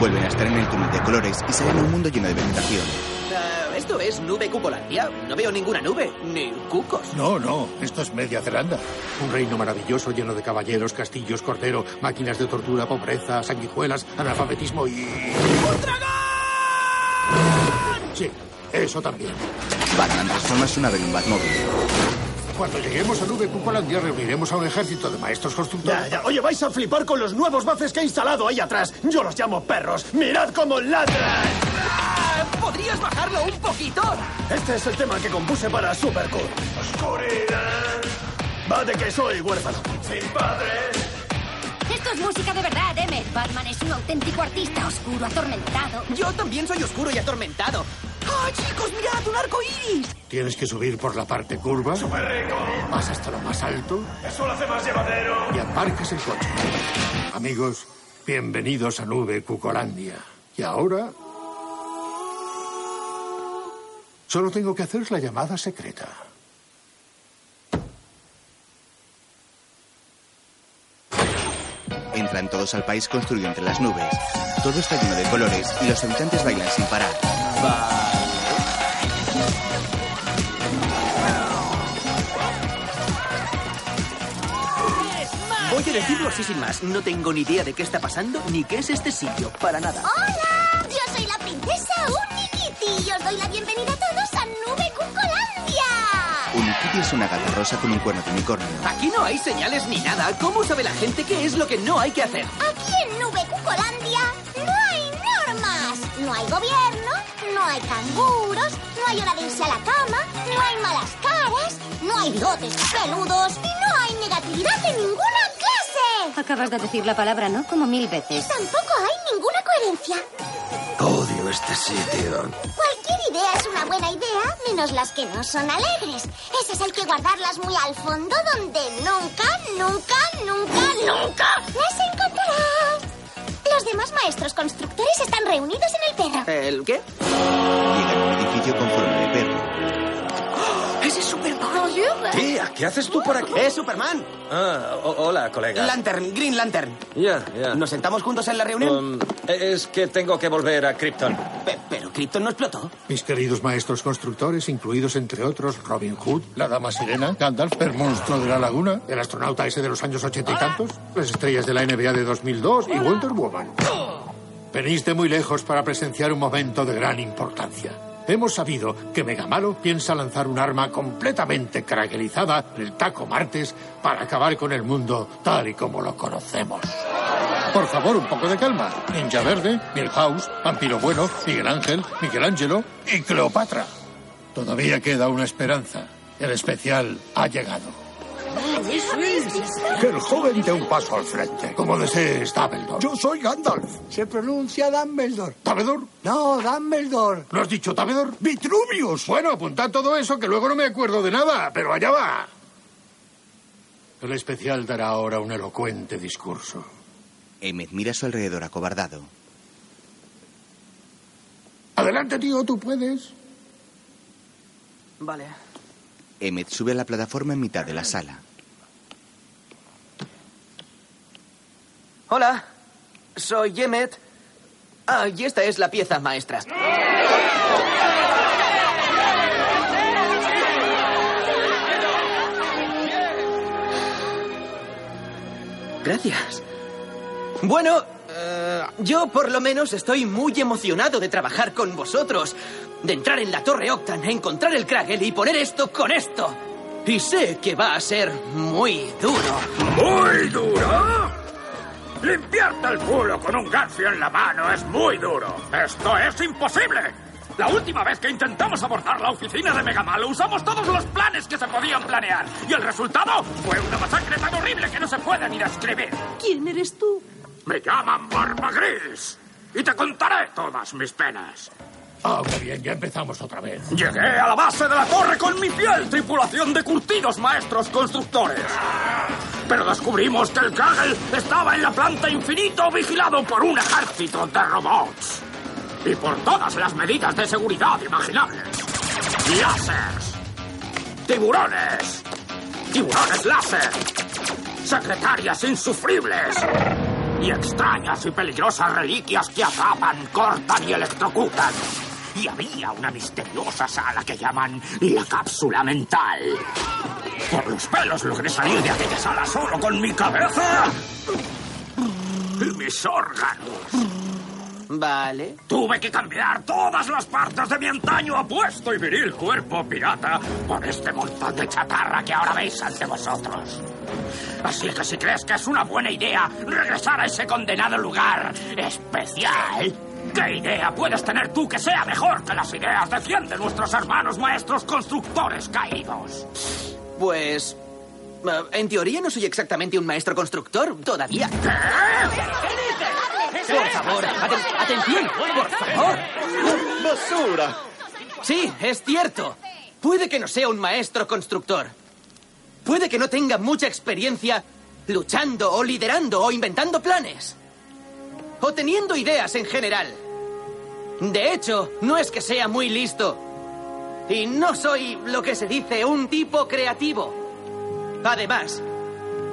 Vuelven a estar en el túnel de colores y salen a un mundo lleno de vegetación. Eh, ¿Esto es nube cupolandia? No veo ninguna nube, ni cucos. No, no, esto es Media Zelanda. Un reino maravilloso lleno de caballeros, castillos, cordero, máquinas de tortura, pobreza, sanguijuelas, analfabetismo y. ¡Un dragón! Sí, eso también. Batman transforma su nave en un Batmóvil. Cuando lleguemos a Nube Cupolandia reuniremos a un ejército de maestros constructores. Ya, ya. Oye, vais a flipar con los nuevos baces que he instalado ahí atrás. Yo los llamo perros. ¡Mirad cómo ladran! Ah, ¿Podrías bajarlo un poquito? Este es el tema que compuse para Supercool. Oscuridad. Va de que soy huérfano. Sin padres. Esto es música de verdad, Emmet. Batman es un auténtico artista oscuro, atormentado. Yo también soy oscuro y atormentado. ¡Ah, chicos, mirad, un arco iris! Tienes que subir por la parte curva. Vas hasta lo más alto Eso lo hace más llevadero. y aparcas el coche. Amigos, bienvenidos a Nube Cucolandia. Y ahora. Solo tengo que hacer la llamada secreta. Entran todos al país construido entre las nubes. Todo está lleno de colores y los habitantes bailan sin parar. Voy a decirlo así sin más. No tengo ni idea de qué está pasando ni qué es este sitio, para nada. ¡Hola! Yo soy la princesa Unikitty y os doy la bienvenida a todos a Nube Cucolandia. Unikitty es una gata rosa con un cuerno de unicornio. Aquí no hay señales ni nada. ¿Cómo sabe la gente qué es lo que no hay que hacer? Aquí en Nube Cucolandia no hay normas. No hay gobierno, no hay canguros, no hay hora de irse a la cama, no hay malas caras, no hay bigotes peludos y no hay negatividad de ninguna clase. Acabas de decir la palabra no como mil Y veces. tampoco hay ninguna coherencia. Odio este sitio. Cualquier idea es una buena idea, menos las que no son alegres. Esas hay que guardarlas muy al fondo donde nunca, nunca, nunca, nunca las encontrarás. Los demás maestros constructores están reunidos en el perro. ¿El qué? Llegan a un edificio con forma de perro. Ese es Superman. Tía, ¿qué haces tú por aquí? ¡Es ¡Eh, Superman! Ah, o- hola, colega. Lantern, Green Lantern. Ya, ya. ¿Nos sentamos juntos en la reunión? Um, es que tengo que volver a Krypton. Pe- pero Krypton no explotó. Mis queridos maestros constructores, incluidos entre otros Robin Hood, la Dama Sirena, Gandalf, el monstruo de la laguna, el astronauta ese de los años ochenta y tantos, las estrellas de la NBA de 2002 y Wonder Woman. Venís de muy lejos para presenciar un momento de gran importancia. Hemos sabido que Megamalo piensa lanzar un arma completamente caracterizada el Taco Martes para acabar con el mundo tal y como lo conocemos. Por favor, un poco de calma. Ninja Verde, Milhouse, Vampiro Bueno, Miguel Ángel, Michelangelo y Cleopatra. Todavía queda una esperanza. El especial ha llegado. Que el joven dé un paso al frente. Como desees, Dumbledore. Yo soy Gandalf. Se pronuncia Dumbledore. ¿Dumbledore? No, Dumbledore. ¿Lo has dicho, Dumbledore? Vitruvius. Bueno, apuntad todo eso que luego no me acuerdo de nada, pero allá va. El especial dará ahora un elocuente discurso. Emmet mira a su alrededor acobardado. Adelante, tío, tú puedes. Vale. Emmet sube a la plataforma en mitad de la sala. Hola, soy Yemet. Ah, y esta es la pieza maestra. Gracias. Bueno, eh, yo por lo menos estoy muy emocionado de trabajar con vosotros, de entrar en la Torre Octan, encontrar el Kragel y poner esto con esto. Y sé que va a ser muy duro. ¿Muy duro? Limpiarte el culo con un garfio en la mano es muy duro. Esto es imposible. La última vez que intentamos abordar la oficina de Megamalo usamos todos los planes que se podían planear. Y el resultado fue una masacre tan horrible que no se puede ni describir. ¿Quién eres tú? Me llaman Barba Gris. Y te contaré todas mis penas. Ahora Ah, bien, ya empezamos otra vez. Llegué a la base de la torre con mi fiel tripulación de curtidos maestros constructores. Pero descubrimos que el Kagel estaba en la planta infinito vigilado por un ejército de robots. Y por todas las medidas de seguridad imaginables. Láseres. Tiburones. Tiburones láser. Secretarias insufribles. Y extrañas y peligrosas reliquias que atrapan, cortan y electrocutan. Y había una misteriosa sala que llaman la cápsula mental. Por los pelos logré salir de aquella sala solo con mi cabeza y mis órganos. Vale. Tuve que cambiar todas las partes de mi antaño apuesto y viril cuerpo pirata por este montón de chatarra que ahora veis ante vosotros. Así que si crees que es una buena idea regresar a ese condenado lugar especial, ¿qué idea puedes tener tú que sea mejor que las ideas de cien de nuestros hermanos maestros constructores caídos? Pues... eh, En teoría no soy exactamente un maestro constructor todavía. Por favor, aten- atención, por favor. ¡Basura! Sí, es cierto. Puede que no sea un maestro constructor. Puede que no tenga mucha experiencia luchando o liderando o inventando planes. O teniendo ideas en general. De hecho, no es que sea muy listo. Y no soy lo que se dice un tipo creativo. Además,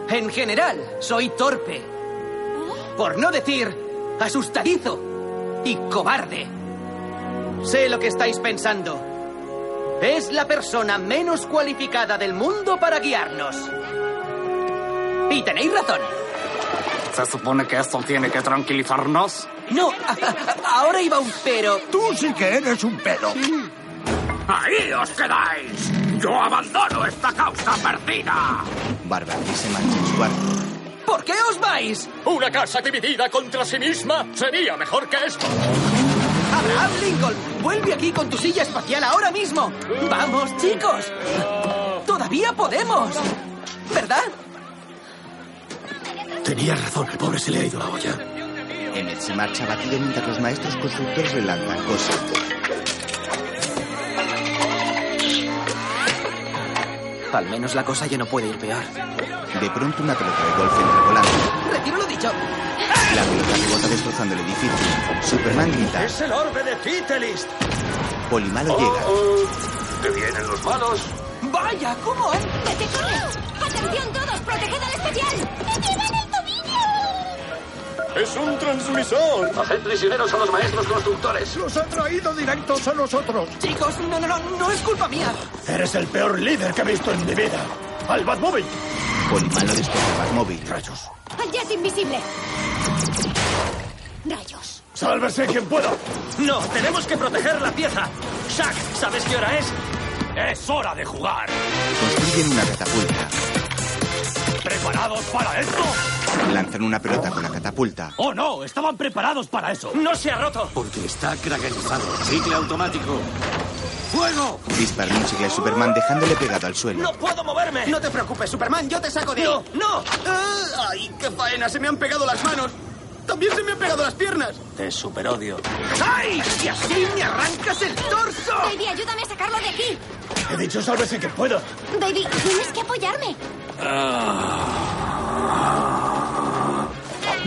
en general, soy torpe. Por no decir asustadizo y cobarde. Sé lo que estáis pensando. Es la persona menos cualificada del mundo para guiarnos. Y tenéis razón. ¿Se supone que esto tiene que tranquilizarnos? No, ahora iba un pero. Tú sí que eres un pero. Ahí os quedáis. Yo abandono esta causa perdida. Barba Gris se marcha en su barco. ¿Por qué os vais? Una casa dividida contra sí misma sería mejor que esto. Abraham Ah, Lincoln, vuelve aquí con tu silla espacial ahora mismo. Vamos, chicos. Todavía podemos. ¿Verdad? Tenía razón, el pobre se le ha ido la olla. Emmett se marcha abatido mientras los maestros constructores relanzan cosas. Al menos la cosa ya no puede ir peor. De pronto una pelota de golf entra volando. Retiro lo dicho. La pelota rebota destrozando el edificio. Superman grita. ¡Es el orbe de Titelist! Polimalo llega. Oh, ¿Te vienen los malos? ¡Vaya! ¿Cómo han...? ¡Vete, corre! ¡Atención todos! ¡Proteged al especial! ¡Me llevan el tobillo! ¡Es un transmisor! Haced prisioneros a los maestros constructores. ¡Los ha traído directos a nosotros! Chicos, no, no, no, no es culpa mía. ¡Eres el peor líder que he visto en mi vida! ¡Al Batmóvil! Polimalo destroza Batmóvil. ¡Rayos! ¡Al jazz invisible! ¡Rayos! ¡Sálvese quien pueda! No, tenemos que proteger la pieza. Shaq, ¿sabes qué hora es? Es hora de jugar. Construyen una catapulta. ¿Preparados para esto? Lanzan una pelota con la catapulta. Oh, no, estaban preparados para eso. No se ha roto. Porque está krakenizado. Chicle automático. ¡Fuego! Dispara un chicle a Superman dejándole pegado al suelo. ¡No puedo moverme! No te preocupes, Superman, yo te saco de ahí. ¡No! Ah, ¡Ay, qué faena! Se me han pegado las manos. También se me han pegado las piernas. Te superodio. ¡Ay! ¡Y así me arrancas el torso! Baby, ayúdame a sacarlo de aquí. He dicho sálvese quien pueda. Baby, tienes que apoyarme.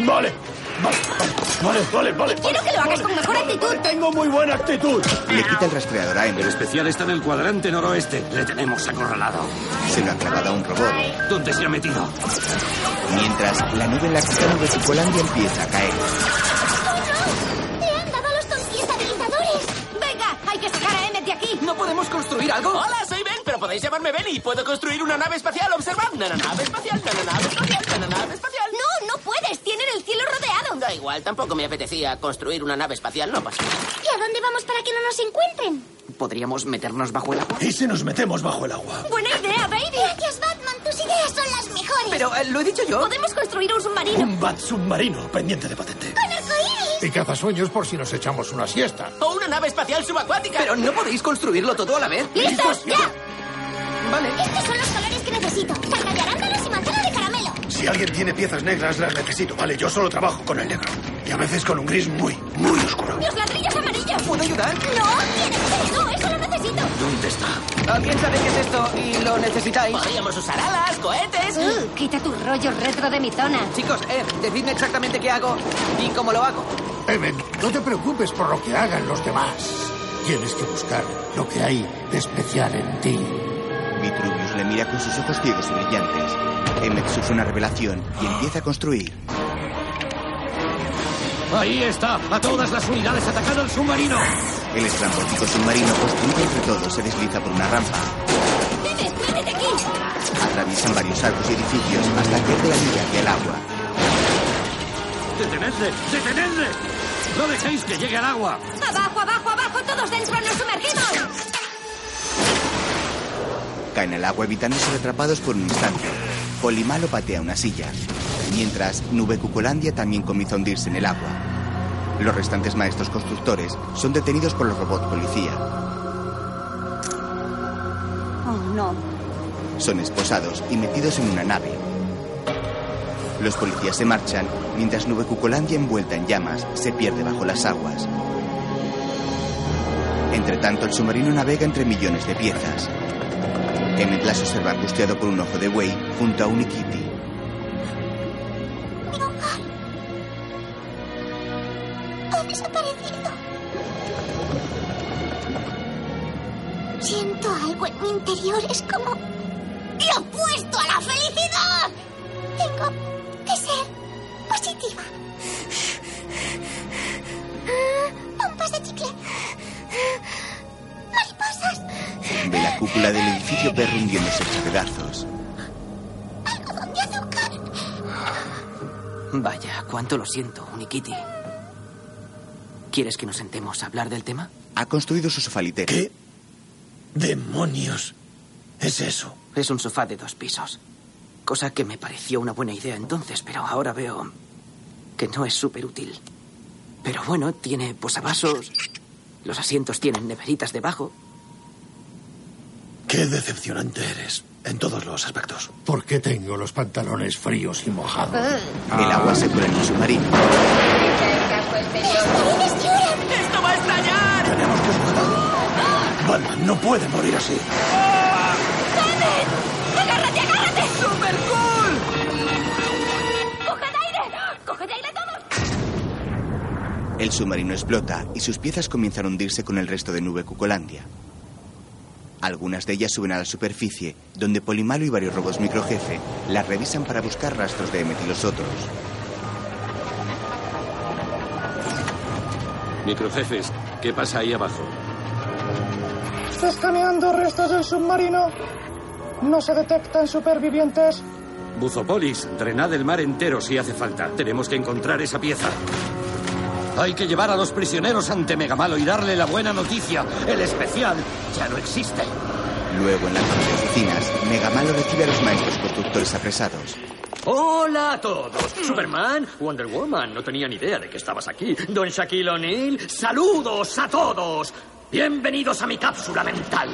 Vale, vale, vale, vale, vale. Quiero que lo hagas con mejor actitud. Tengo muy buena actitud. Le quita el rastreador ¿eh? a El Emmett. especial está en el cuadrante noroeste. Le tenemos acorralado. Se lo ha clavado a un robot. ¿Dónde se ha metido? Mientras, la nube en la que están de Chicolandia empieza a caer. ¡Oh, no! ¡Le han construir algo? Hola, soy Ben, pero podéis llamarme Benny. Puedo construir una nave espacial. Observad. Nananave espacial, nananave espacial, nananave espacial. No, no puedes. Tienen el cielo rodeado. Da igual, tampoco me apetecía construir una nave espacial. No pasa nada. ¿Y a dónde vamos para que no nos encuentren? ¿Podríamos meternos bajo el agua? ¿Y si nos metemos bajo el agua? Buena idea, baby. Gracias, Batman. Tus ideas son las mejores. Pero eh, lo he dicho yo. Mm. Podemos construir un submarino. Un bat submarino pendiente de patente. ¡Con arcoíris! Y cazasueños por si nos echamos una siesta. O una nave espacial subacuática. Pero no podéis construirlo todo a la vez. ¡Listos, ya! Vale. Estos son los colores que necesito. Tarta de arándanos y manzana de caramelo. Si alguien tiene piezas negras, las necesito, ¿vale? Yo solo trabajo con el negro. Y a veces con un gris muy, muy oscuro. Los ladrillos amarillos. ¿Puedo ayudar? No, tienes que no, eso lo necesito. ¿Dónde está? ¿Alguien sabe qué es esto y lo necesitáis? Podríamos usar alas, cohetes. Uh, quita tus rollos retro de mi zona. Chicos, eh, decidme exactamente qué hago y cómo lo hago. Eben, no te preocupes por lo que hagan los demás. Tienes que buscar lo que hay de especial en ti. Vitruvius le mira con sus ojos ciegos y brillantes. Emmet sufre una revelación y empieza a construir. Ahí está. A todas las unidades atacando al submarino. El estrambótico submarino construido entre todos se desliza por una rampa. ¡Tienes, de aquí! Atraviesan varios arcos y edificios hasta que de la orilla hacia el agua. ¡Detenedle! ¡Detenedle! ¡No dejéis que llegue al agua! ¡Abajo, abajo, abajo! ¡Todos dentro! ¡Nos sumergimos! Caen al agua evitando ser atrapados por un instante. Polimalo patea una silla. Mientras, Nube Cucolandia también comienza a hundirse en el agua. Los restantes maestros constructores son detenidos por los robots policía. Oh, no. Son esposados y metidos en una nave. Los policías se marchan mientras Nube Cucolandia envuelta en llamas se pierde bajo las aguas. Entre tanto, el submarino navega entre millones de piezas. Emmet las observa angustiado por un ojo de buey junto a un Kitty. Mi hogar. Ha desaparecido. Siento algo en mi interior. Es como. ¡Lo opuesto a la felicidad! Tengo que ser positiva. Ah, Pompas de chicle. Mariposas. Ve la cúpula del edificio perro hundiéndose en pedazos. Algodón de azúcar. Vaya, cuánto lo siento, Unikiti. ¿Quieres que nos sentemos a hablar del tema? Ha construido su sofalitera. ¿Qué demonios es eso? Es un sofá de dos pisos. Cosa que me pareció una buena idea entonces, pero ahora veo que no es súper útil. Pero bueno, tiene posavasos. Los asientos tienen neveritas debajo. Qué decepcionante eres en todos los aspectos. ¿Por qué tengo los pantalones fríos y mojados? Ah. El agua se cuela en el submarino. Las paredes lloran. ¡Esto va a estallar! Tenemos que sujetarlo. Batman no puede morir así. ¡Ven! ¡Agárrate, agárrate! ¡Super cool! ¡Coged aire! ¡Coged aire todos! El submarino explota y sus piezas comienzan a hundirse con el resto de nube Cucolandia. Algunas de ellas suben a la superficie, donde Polimalo y varios robots microjefe las revisan para buscar rastros de Emmet y los otros. Microjefes, ¿qué pasa ahí abajo? Está escaneando restos del submarino. No se detectan supervivientes. Buzopolis, drenad el mar entero si hace falta. Tenemos que encontrar esa pieza. Hay que llevar a los prisioneros ante Megamalo y darle la buena noticia. El especial ya no existe. Luego, en las oficinas, Megamalo recibe a los maestros constructores apresados. Hola a todos. Superman, Wonder Woman, no tenía ni idea de que estabas aquí. Don Shaquille O'Neal, saludos a todos. Bienvenidos a mi cápsula mental.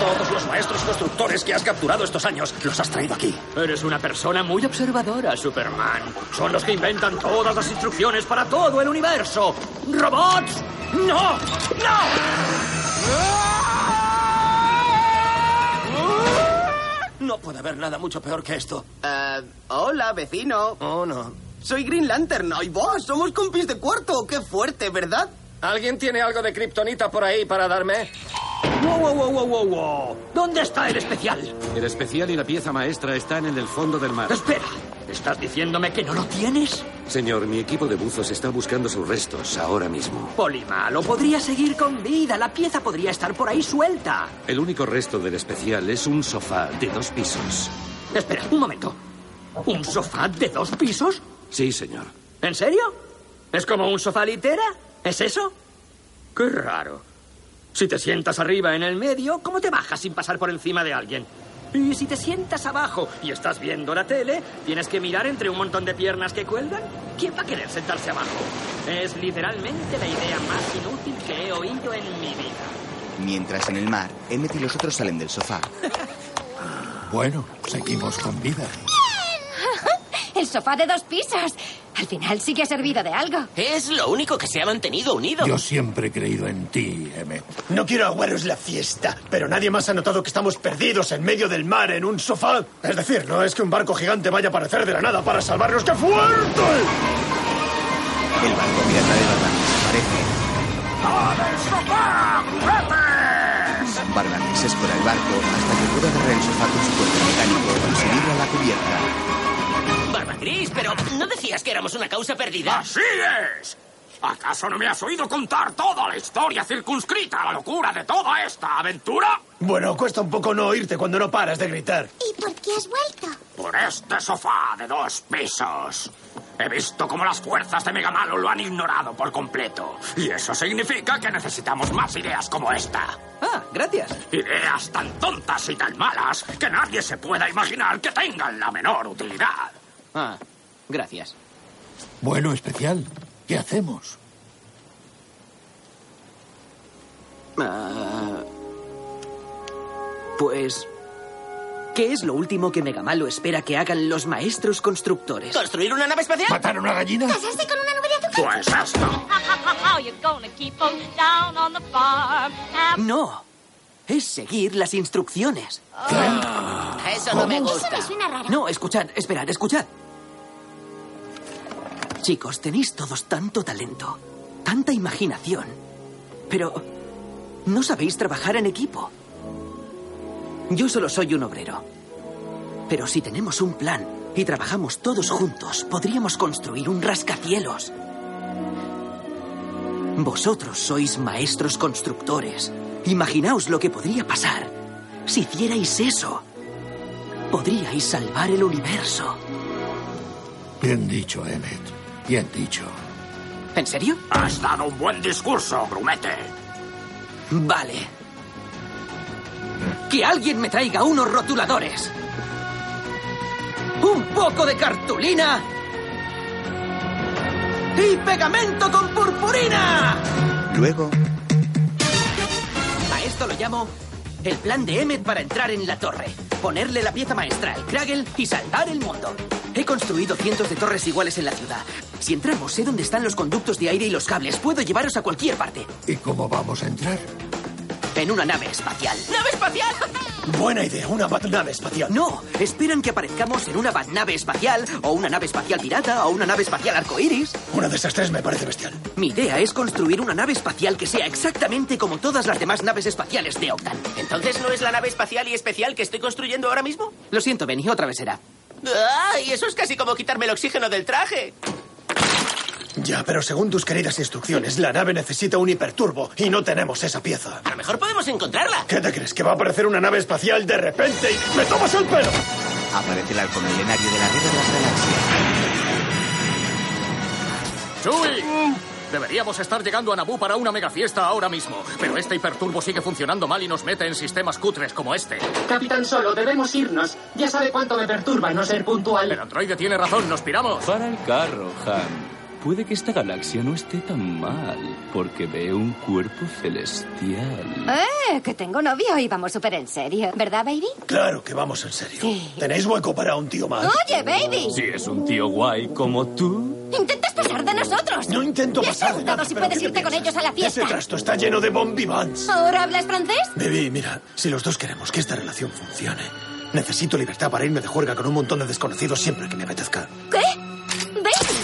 Todos los maestros constructores que has capturado estos años los has traído aquí. Eres una persona muy observadora, Superman. Son los que inventan todas las instrucciones para todo el universo. ¡Robots! ¡No! ¡No! No puede haber nada mucho peor que esto. Eh, hola, vecino. Oh, no. Soy Green Lantern. ¡Ay, vos! Somos compis de cuarto. ¡Qué fuerte, ¿verdad? ¿Alguien tiene algo de kriptonita por ahí para darme? ¡Wow, wow, wow, wow, wow, wow! ¿Dónde está el especial? El especial y la pieza maestra están en el fondo del mar. Espera, ¿Estás diciéndome que no lo tienes? Señor, mi equipo de buzos está buscando sus restos ahora mismo. Polimalo podría seguir con vida. La pieza podría estar por ahí suelta. El único resto del especial es un sofá de dos pisos. Espera, un momento. ¿Un sofá de dos pisos? Sí, señor. ¿En serio? ¿Es como un sofá litera? ¿Es eso? Qué raro. Si te sientas arriba en el medio, ¿cómo te bajas sin pasar por encima de alguien? Y si te sientas abajo y estás viendo la tele, tienes que mirar entre un montón de piernas que cuelgan. ¿Quién va a querer sentarse abajo? Es literalmente la idea más inútil que he oído en mi vida. Mientras en el mar, Emmet y los otros salen del sofá. Bueno, seguimos con vida. El sofá de dos pisos. Al final sí que ha servido de algo. Es lo único que se ha mantenido unido. Yo siempre he creído en ti, Emmet. No quiero aguaros la fiesta, pero nadie más ha notado que estamos perdidos en medio del mar en un sofá. Es decir, no es que un barco gigante vaya a aparecer de la nada para salvarnos. ¡Qué fuerte! El barco pirata de Barban desaparece. ¡Al sofá, juguetes! Barban se escora el barco hasta que puede agarrar el sofá con su cuerpo mecánico y subirlo a la cubierta. Barba Gris, pero ¿no decías que éramos una causa perdida? ¡Así es! ¿Acaso no me has oído contar toda la historia circunscrita a la locura de toda esta aventura? Bueno, cuesta un poco no oírte cuando no paras de gritar. ¿Y por qué has vuelto? Por este sofá de dos pisos. He visto cómo las fuerzas de Megamalo lo han ignorado por completo. Y eso significa que necesitamos más ideas como esta. Ah, gracias. Ideas tan tontas y tan malas que nadie se pueda imaginar que tengan la menor utilidad. Ah, gracias. Bueno, especial. ¿Qué hacemos? Ah, pues... ¿Qué es lo último que Megamalo espera que hagan los maestros constructores? ¿Construir una nave espacial? ¿Matar a una gallina? ¿Casarse con una nube de azúcar? Pues esto. No. Es seguir las instrucciones. Ah. Eso no me Eso gusta. me suena raro. No, escuchad, esperad, escuchad. Chicos, tenéis todos tanto talento, tanta imaginación, pero no sabéis trabajar en equipo. Yo solo soy un obrero. Pero si tenemos un plan y trabajamos todos juntos, podríamos construir un rascacielos. Vosotros sois maestros constructores. Imaginaos lo que podría pasar si hicierais eso. Podríais salvar el universo. Bien dicho, Emmet. Bien dicho. ¿En serio? Has dado un buen discurso, Grumete. Vale. Que alguien me traiga unos rotuladores. Un poco de cartulina. Y pegamento con purpurina. Luego, A esto lo llamo el plan de Emmet para entrar en la torre. Ponerle la pieza maestra al Kragel y salvar el mundo. He construido cientos de torres iguales en la ciudad. Si entramos, sé dónde están los conductos de aire y los cables. Puedo llevaros a cualquier parte. ¿Y cómo vamos a entrar? En una nave espacial. ¡Nave espacial! Buena idea, una nave espacial. No, esperan que aparezcamos en una nave espacial, o una nave espacial pirata, o una nave espacial arcoíris. Una de esas tres me parece bestial. Mi idea es construir una nave espacial que sea exactamente como todas las demás naves espaciales de Octan. ¿Entonces no es la nave espacial y especial que estoy construyendo ahora mismo? Lo siento, Benny, otra vez será. ¡Ah! Y eso es casi como quitarme el oxígeno del traje. Ya, pero según tus queridas instrucciones, la nave necesita un hiperturbo y no tenemos esa pieza. A lo mejor podemos encontrarla. ¿Qué te crees? ¿Que va a aparecer una nave espacial de repente y me tomas el pelo? aparece el arco milenario de la guerra de las galaxias. ¡Chuy! Deberíamos estar llegando a Naboo para una mega fiesta ahora mismo, pero este hiperturbo sigue funcionando mal y nos mete en sistemas cutres como este. Capitán Solo, debemos irnos. Ya sabe cuánto me perturba no ser El puntual. androide tiene razón, nos piramos. Para el carro, Han. Puede que esta galaxia no esté tan mal, porque veo un cuerpo celestial. Eh, que tengo novio y vamos súper en serio. ¿Verdad, baby? Claro que vamos en serio. ¿Tenéis hueco para un tío más? Oye, baby. Si es un tío guay como tú, Intentas pasar de nosotros. No intento ¿Le has pasar de preguntado nada, si pero puedes ¿qué te irte con piensas? ellos a la fiesta? Ese trasto está lleno de bombivans. ¿Ahora hablas francés? Baby, mira, si los dos queremos que esta relación funcione, necesito libertad para irme de juerga con un montón de desconocidos siempre que me apetezca. ¿Qué? Baby.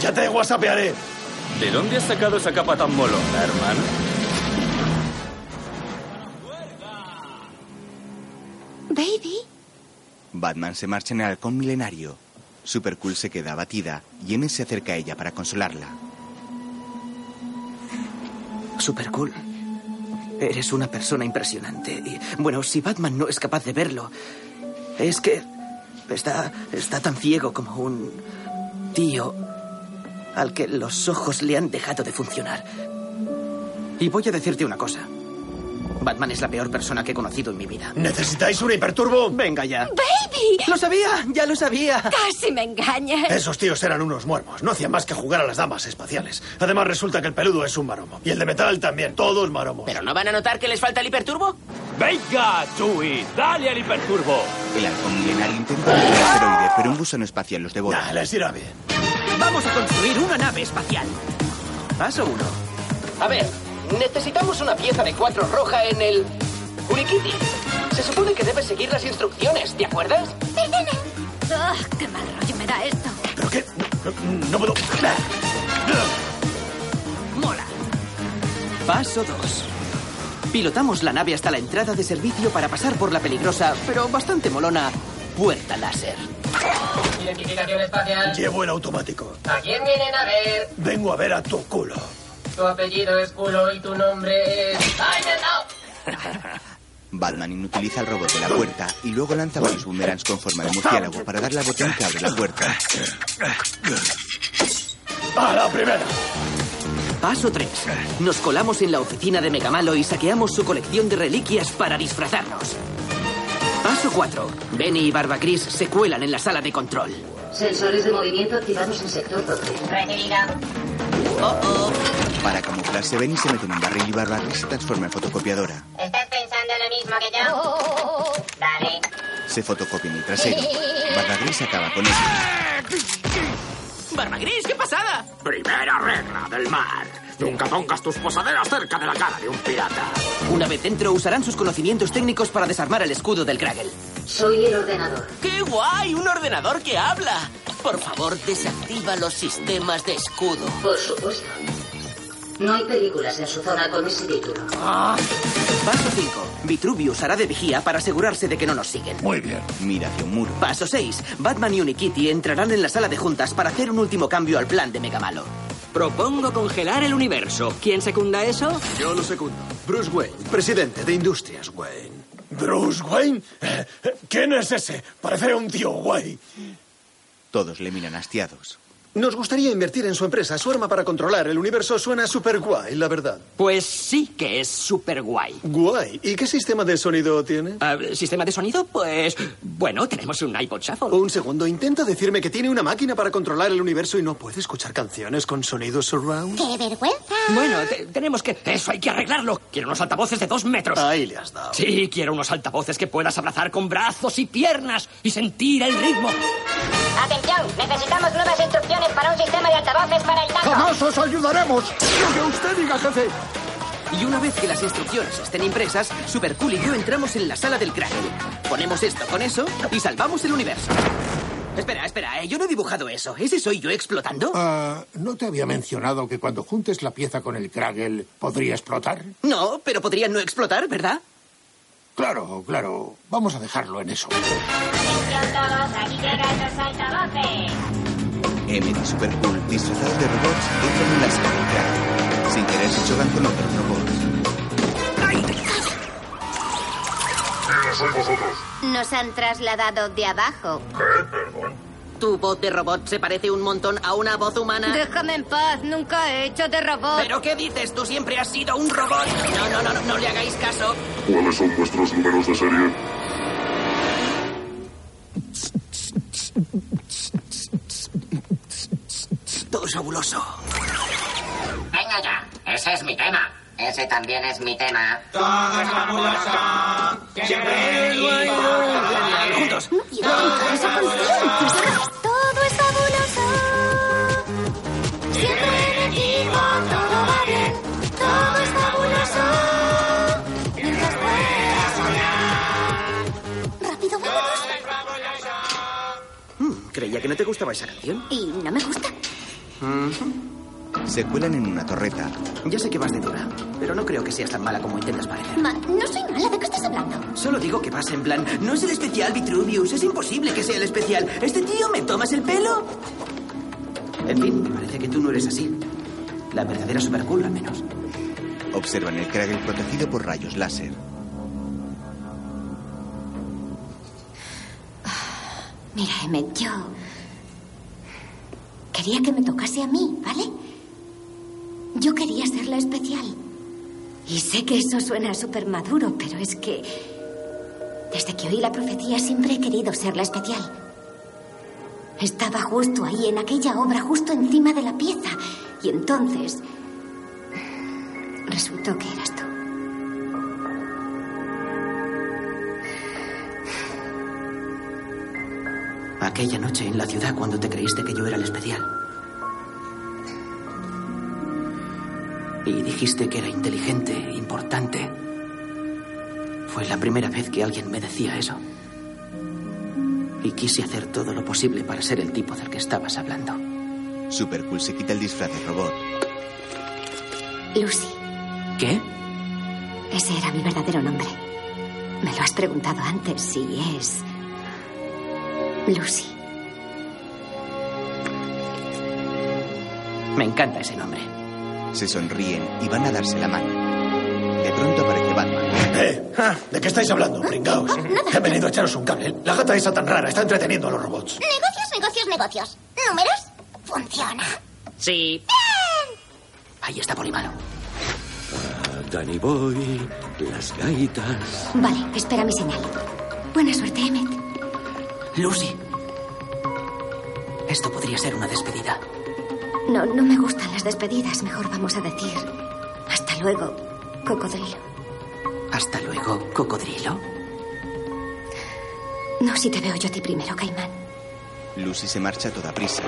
Ya te whatsappearé. ¿de dónde has sacado esa capa tan molona, hermano? Baby. Batman se marcha en el halcón milenario. Supercool se queda abatida y Enes se acerca a ella para consolarla. Super cool. Eres una persona impresionante. Y, bueno, si Batman no es capaz de verlo, es que está, está tan ciego como un tío al que los ojos le han dejado de funcionar. Y voy a decirte una cosa. Batman es la peor persona que he conocido en mi vida. ¿Necesitáis un hiperturbo? Venga ya. ¡Baby! Lo sabía, ya lo sabía. Casi me engañas. Esos tíos eran unos muermos. No hacían más que jugar a las damas espaciales. Además, resulta que el peludo es un maromo. Y el de metal también. Todos maromos. ¿Pero no van a notar que les falta el hiperturbo? ¡Venga, Chewie! ¡Dale al hiperturbo! El halcón milenario intenta romper el asteroide, pero un gusano espacial los devora. Ah, les irá bien. Vamos a construir una nave espacial. Paso uno. A ver, necesitamos una pieza de cuatro roja en el. Urikiti. Se supone que debes seguir las instrucciones, ¿te acuerdas? Perdona. Oh, Ugh, ¡Qué mal rollo me da esto! ¿Pero qué? No, no puedo. Mola. Paso 2. Pilotamos la nave hasta la entrada de servicio para pasar por la peligrosa, pero bastante molona, puerta láser. Identificación espacial. Llevo el automático. ¿A quién vienen a ver? Vengo a ver a tu culo. Tu apellido es culo y tu nombre es. ¡Ay, Batman inutiliza el robot de la puerta y luego lanza varios boomerangs con forma de murciélago para darle al botón que abre la puerta. ¡A la primera! Paso 3. Nos colamos en la oficina de Megamalo y saqueamos su colección de reliquias para disfrazarnos. Paso 4. Benny y Barba Gris se cuelan en la sala de control. Sensores de movimiento activados en sector 12. Requerida. Para camuflarse, Benny se mete en un barril y Barba Gris se transforma en fotocopiadora. ¿Estás pensando lo mismo que yo? Dale. Se fotocopia en el trasero. Barba Gris acaba con él. ¡Barba gris, qué pasada! Primera regla del mar. Nunca pongas tus posaderas cerca de la cara de un pirata. Una vez dentro, usarán sus conocimientos técnicos para desarmar el escudo del Kragel. Soy el ordenador. ¡Qué guay! ¡Un ordenador que habla! Por favor, desactiva los sistemas de escudo. Por supuesto. No hay películas en su zona con ese título. Paso 5. Vitruvius hará de vigía para asegurarse de que no nos siguen. Muy bien. Mira hacia un muro. Paso 6. Batman y Unikitty entrarán en la sala de juntas para hacer un último cambio al plan de Megamalo. Propongo congelar el universo. ¿Quién secunda eso? Yo lo secundo. Bruce Wayne, presidente de Industrias Wayne. ¿Bruce Wayne? Eh, eh, ¿Quién es ese? Parece un tío guay. Todos le miran hastiados. Nos gustaría invertir en su empresa. Su arma para controlar el universo suena súper guay, la verdad. Pues sí que es súper guay. Guay. ¿Y qué sistema de sonido tiene? Ah, ¿Sistema de sonido? Pues. Bueno, tenemos un iPod Shuffle. Un segundo, intenta decirme que tiene una máquina para controlar el universo y no puede escuchar canciones con sonido surround. ¡Qué vergüenza! Bueno, te- tenemos que. Eso hay que arreglarlo. Quiero unos altavoces de dos metros. Ahí le has dado. Sí, quiero unos altavoces que puedas abrazar con brazos y piernas y sentir el ritmo. Atención, necesitamos nuevas instrucciones para un sistema de altavoces para el taco. ¡Jamás os ayudaremos! ¡Lo que usted diga, jefe! Y una vez que las instrucciones estén impresas, Supercool y yo entramos en la sala del Kragel. Ponemos esto con eso y salvamos el universo. Espera, espera, eh, yo no he dibujado eso. ¿Ese soy yo explotando? Ah, ¿No te había mencionado que cuando juntes la pieza con el Kragel podría explotar? No, pero podría no explotar, ¿verdad? Claro, claro. Vamos a dejarlo en eso. Atención todos, aquí llegan los altavoces. Emmet y Supercool, disfrazados de robots, entran en la sala del crack. Sin querer se chocan con otros robots. sois vosotros. Nos han trasladado de abajo. ¿Tu voz de robot se parece un montón a una voz humana? Déjame en paz, nunca he hecho de robot. ¿Pero qué dices? Tú siempre has sido un robot. No, no, no, no, no le hagáis caso. ¿Cuáles son vuestros números de serie? Todo es fabuloso. Venga ya, ese es mi tema. Ese también es mi tema. Ah, Juntos. Todo es fabuloso. Siempre en equipo todo va bien. Todo es fabuloso. Mientras puedas soñar. Rápido, vámonos. Creía que no te gustaba esa canción. Y no me gusta. Se cuelan en una torreta. Ya sé que vas de dura, pero no creo que seas tan mala como intentas parecer. Ma, no soy mala, ¿de qué estás hablando? Solo digo que vas en plan, no es el especial Vitruvius, es imposible que sea el especial. ¿Este tío me tomas el pelo? En fin, me parece que tú no eres así. La verdadera supercool, al menos. Observan el Kragel protegido por rayos láser. Mira, Emmet, yo. Quería que me tocase a mí, ¿vale? Yo quería ser la especial. Y sé que eso suena súper maduro, pero es que. Desde que oí la profecía siempre he querido ser la especial. Estaba justo ahí, en aquella obra, justo encima de la pieza. Y entonces. Resultó que eras tú. Aquella noche en la ciudad cuando te creíste que yo era el especial. Y dijiste que era inteligente, importante. Fue la primera vez que alguien me decía eso. Y quise hacer todo lo posible para ser el tipo del que estabas hablando. Supercool se quita el disfraz de robot. Lucy, ¿Qué? ese era mi verdadero nombre. Me lo has preguntado antes si es. Lucy. Me encanta ese nombre. Se sonríen y van a darse la mano. De pronto aparece Batman. ¡Eh! ah, ¿De qué estáis hablando, pringaos? He venido a echaros un cable. La gata esa tan rara está entreteniendo a los robots. Negocios, negocios, negocios. ¿Números? Funciona. Sí. Ahí está Polimalo. Danny Boy, las gaitas. Vale, espera mi señal. Buena suerte, Emmet. Lucy. Esto podría ser una despedida. No, no me gustan las despedidas. Mejor vamos a decir. Hasta luego, cocodrilo. Hasta luego, cocodrilo. No, si te veo yo a ti primero, Caimán. Lucy se marcha a toda prisa.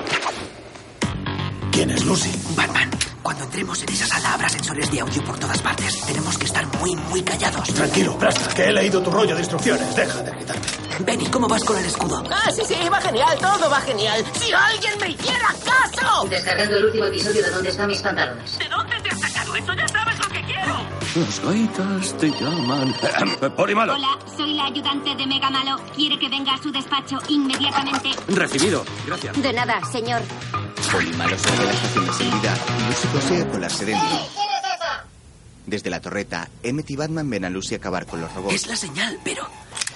¿Quién es Lucy? Batman, cuando entremos en esa sala habrá sensores de audio por todas partes. Tenemos que estar muy, muy callados. Tranquilo, Brastas, que he leído tu rollo de instrucciones. Deja de gritarte. Benny, ¿cómo vas con el escudo? Ah, sí, sí, va genial, todo va genial. ¡Si alguien me hiciera caso! Descargando el último episodio de Dónde están mis pantalones. ¿De dónde te has sacado esto? ¡Ya sabes lo que quiero! Las gaitas te llaman. Polimalo. Hola, soy la ayudante de Mega Malo. Quiere que venga a su despacho inmediatamente. Recibido. Gracias. De nada, señor. Polimalo sale de la estación de seguridad y Lucy consigue colarse dentro. Desde la torreta, Emmett y Batman ven a Lucy acabar con los robots. Es la señal, pero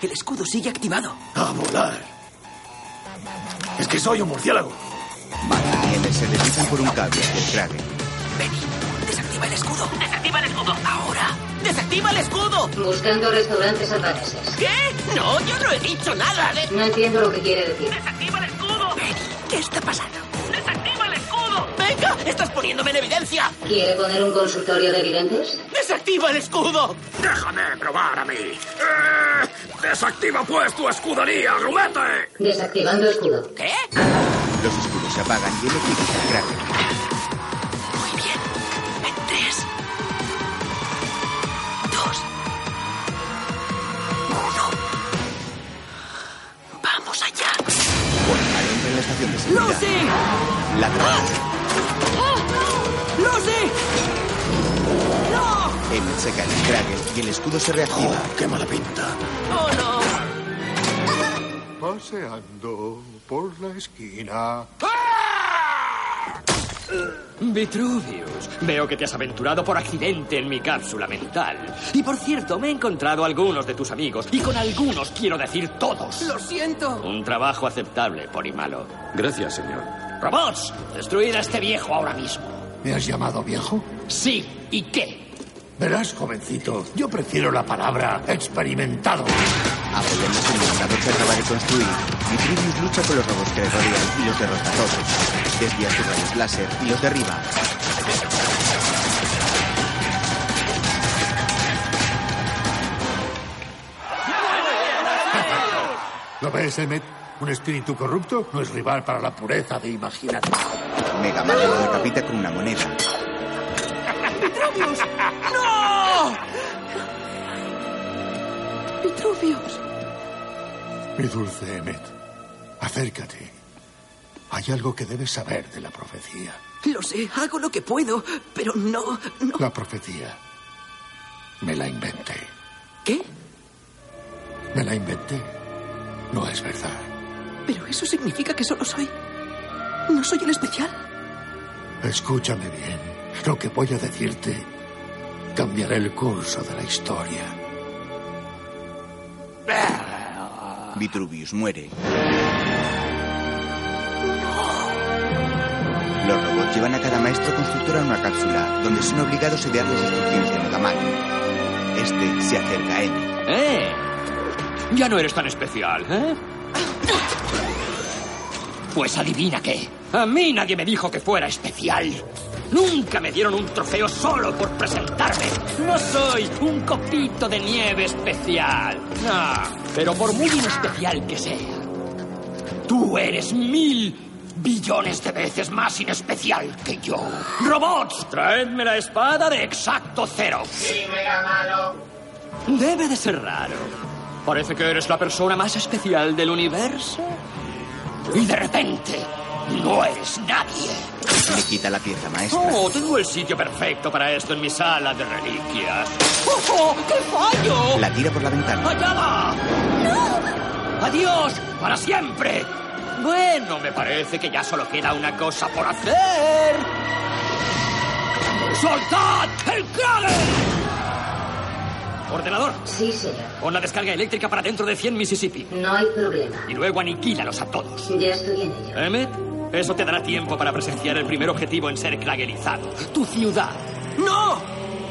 el escudo sigue activado. ¡A volar! Es que soy un murciélago. Batman y Emmett se deslizan por un cable hacia el traje. Benny, desactiva el escudo. ¡Desactiva el escudo! Ahora. ¡Desactiva el escudo! Buscando restaurantes albaneses. ¿Qué? No, yo no he dicho nada. de- No entiendo lo que quiere decir. ¡Desactiva el escudo! ¿Qué está pasando? ¡Desactiva el escudo! ¡Venga! ¡Estás poniéndome en evidencia! ¿Quiere poner un consultorio de videntes? ¡Desactiva el escudo! ¡Déjame probar a mí! ¡Eh! ¡Desactiva pues tu escudería, grumete! Desactivando escudo. ¿Qué? Los escudos se apagan y Emmett quita el traje. Muy bien. En tres. Dos. Uno. Vamos allá. Polimalo entra en la estación de seguridad. La atrapa. ¡Oh! ¡Lucy! Emmett se cae en el Kraken y el escudo se reactiva. ¡Qué mala pinta! ¡Oh, no! Paseando por la esquina. Vitruvius, veo que te has aventurado por accidente en mi cápsula mental. Y por cierto, me he encontrado algunos de tus amigos, y con algunos quiero decir todos. Lo siento. Un trabajo aceptable, Polimalo. Gracias, señor. ¡Robots! Destruid a este viejo ahora mismo. ¿Me has llamado viejo? Sí, ¿y qué? Verás, jovencito, yo prefiero la palabra experimentado. Apoyándose en un andador que acaba de construir, Vitruvius lucha con los robots que le rodean y los derrota a todos. Desvía sus rayos láser y los derriba. ¿Lo ves, Emmet? Un espíritu corrupto no es rival para la pureza de imaginación. Mega Man lo decapita con una moneda. ¡Vitruvius! ¡No! ¡Vitruvius! Mi dulce Emmet, acércate. Hay algo que debes saber de la profecía. Lo sé, hago lo que puedo, pero no, no. La profecía. Me la inventé. ¿Qué? Me la inventé. No es verdad. Pero eso significa que solo soy. No soy el especial. Escúchame bien. Lo que voy a decirte cambiará el curso de la historia. Vitruvius muere. Los robots llevan a cada maestro constructor a una cápsula, donde son obligados a idear las instrucciones de Megaman. Este se acerca a él. ¡Eh! Ya no eres tan especial, ¿eh? Pues adivina qué. A mí nadie me dijo que fuera especial. Nunca me dieron un trofeo solo por presentarme. No soy un copito de nieve especial. No, pero por muy inespecial que sea, tú eres mil billones de veces más inespecial que yo. Robots, traedme la espada de exacto cero. Sí, mega malo. Debe de ser raro. Parece que eres la persona más especial del universo. Y de repente, no eres nadie. Le quita la pieza maestra. Oh, tengo el sitio perfecto para esto en mi sala de reliquias. ¡Oh, oh, qué fallo! La tira por la ventana. ¡Allá va! ¡Adiós! ¡Para siempre! Bueno, me parece que ya solo queda una cosa por hacer. ¡Soltad el Kraken! Ordenador, Sí, señor. pon la descarga eléctrica para dentro de 100 Mississippi. No hay problema. Y luego aniquílalos a todos. Ya estoy en ello. Emmet, eso te dará tiempo para presenciar el primer objetivo en ser kragenizado. Tu ciudad. ¡No!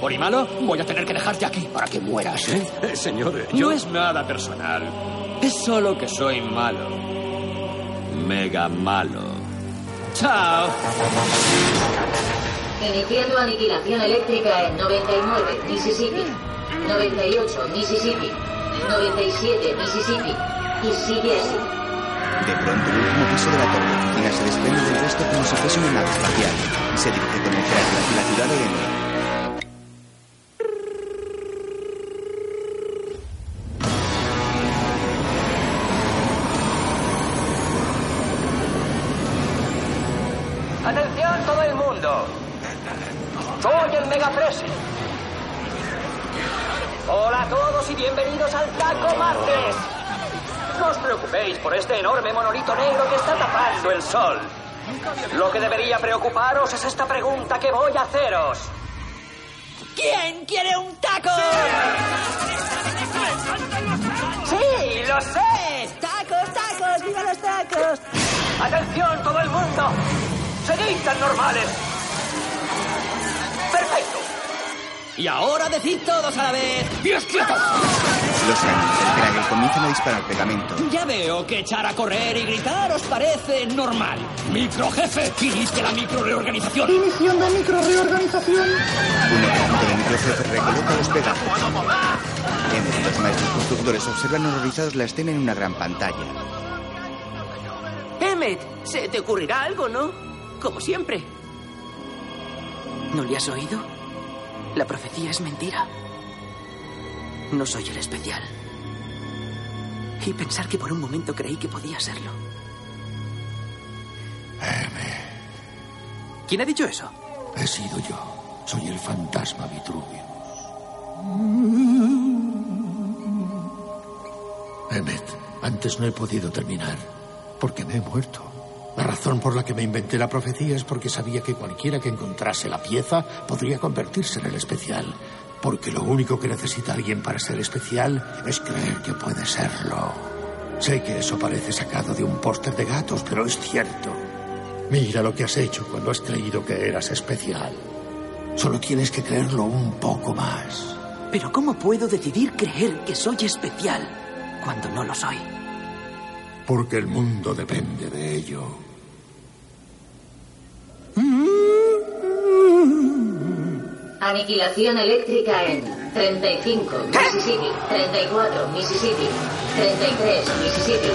Orimalo, voy a tener que dejarte aquí para que mueras, ¿eh? señor, No es nada personal. Es solo que soy malo. Mega malo. ¡Chao! Iniciando aniquilación eléctrica en 99, Mississippi. 98, Mississippi. 97, Mississippi. Y sigue así. De pronto, el último piso de la torre de oficina se desprende del resto como si fuese una nave espacial y se dirige con el traje hacia la ciudad de Emmet. Atención todo el mundo. Soy el Mega Presi. Hola a todos y bienvenidos al Taco Martes. No os preocupéis por este enorme monolito negro que está tapando el sol. Lo que debería preocuparos es esta pregunta que voy a haceros. ¿Quién quiere un taco? ¡Sí, lo sé! ¡Tacos, tacos! ¡Viva los tacos! ¡Atención, todo el mundo! ¡Seguid tan normales! ¡Perfecto! Y ahora decid todos a la vez. ¡Dios quietos! Los años del Kraken comienzan a disparar pegamento. Ya veo que echar a correr y gritar os parece normal. Microjefe, inicie la microreorganización. Iniciando microreorganización. Un ejército de microcefe recoloca los pedazos. Emmet y los maestros constructores observan horrorizados la escena en una gran pantalla. Emmet, se te ocurrirá algo, ¿no? Como siempre. ¿No le has oído? La profecía es mentira. No soy el especial. Y pensar que por un momento creí que podía serlo. ¿Quién ha dicho eso? He sido yo. Soy el fantasma Vitruvio. Emmet, antes no he podido terminar porque me he muerto. La razón por la que me inventé la profecía es porque sabía que cualquiera que encontrase la pieza podría convertirse en el especial. Porque lo único que necesita alguien para ser especial es creer que puede serlo. Sé que eso parece sacado de un póster de gatos, pero es cierto. Mira lo que has hecho cuando has creído que eras especial. Solo tienes que creerlo un poco más. Pero ¿cómo puedo decidir creer que soy especial cuando no lo soy? Porque el mundo depende de ello. Aniquilación eléctrica en 35, Mississippi. 34, Mississippi. 33, Mississippi.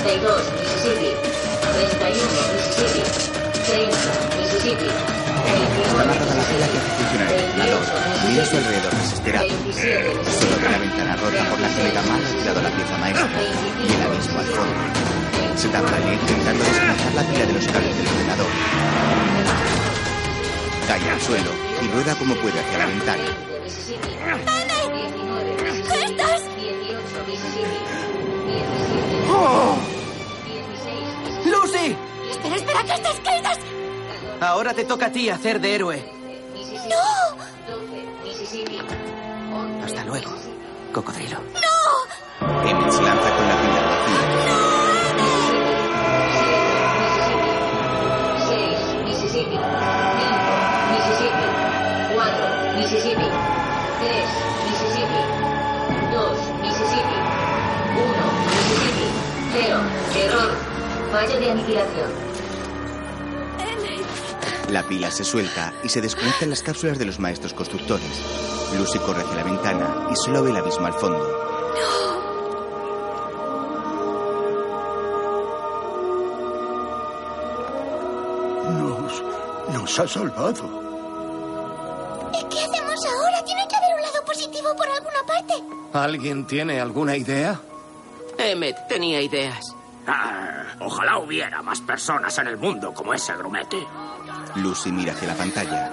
32, Mississippi. 31, Mississippi. 30, Mississippi. Está amarrada a la tela que hace funcionar el inflador. Mira a su alrededor desesperado. Solo ve la ventana rota por la que Megaman ha tirado la pieza maestra y el abismo al fondo. Se tambalea intentando desconectar la pila de los cables del ordenador. Cae al suelo y rueda como puede hacia la ventana. ¿Estás? ¡Oh! ¡Lucy! Espera, espera, que estás, que estás. Ahora te toca a ti hacer de héroe. ¡No! Hasta luego, cocodrilo. Emmett se lanza con la pila Mississippi. Cinco, Mississippi. Cuatro, Mississippi. Tres, Mississippi. Dos, Mississippi. Uno, Mississippi. Cero, error. Falla de aniquilación. La pila se suelta y se desconectan las cápsulas de los maestros constructores. Lucy corre hacia la ventana y solo ve el abismo al fondo. Nos, nos ha salvado. ¿Y qué hacemos ahora? Tiene que haber un lado positivo por alguna parte. ¿Alguien tiene alguna idea? Emmet tenía ideas. Ah, ojalá hubiera más personas en el mundo como ese grumete. Lucy mira hacia la pantalla.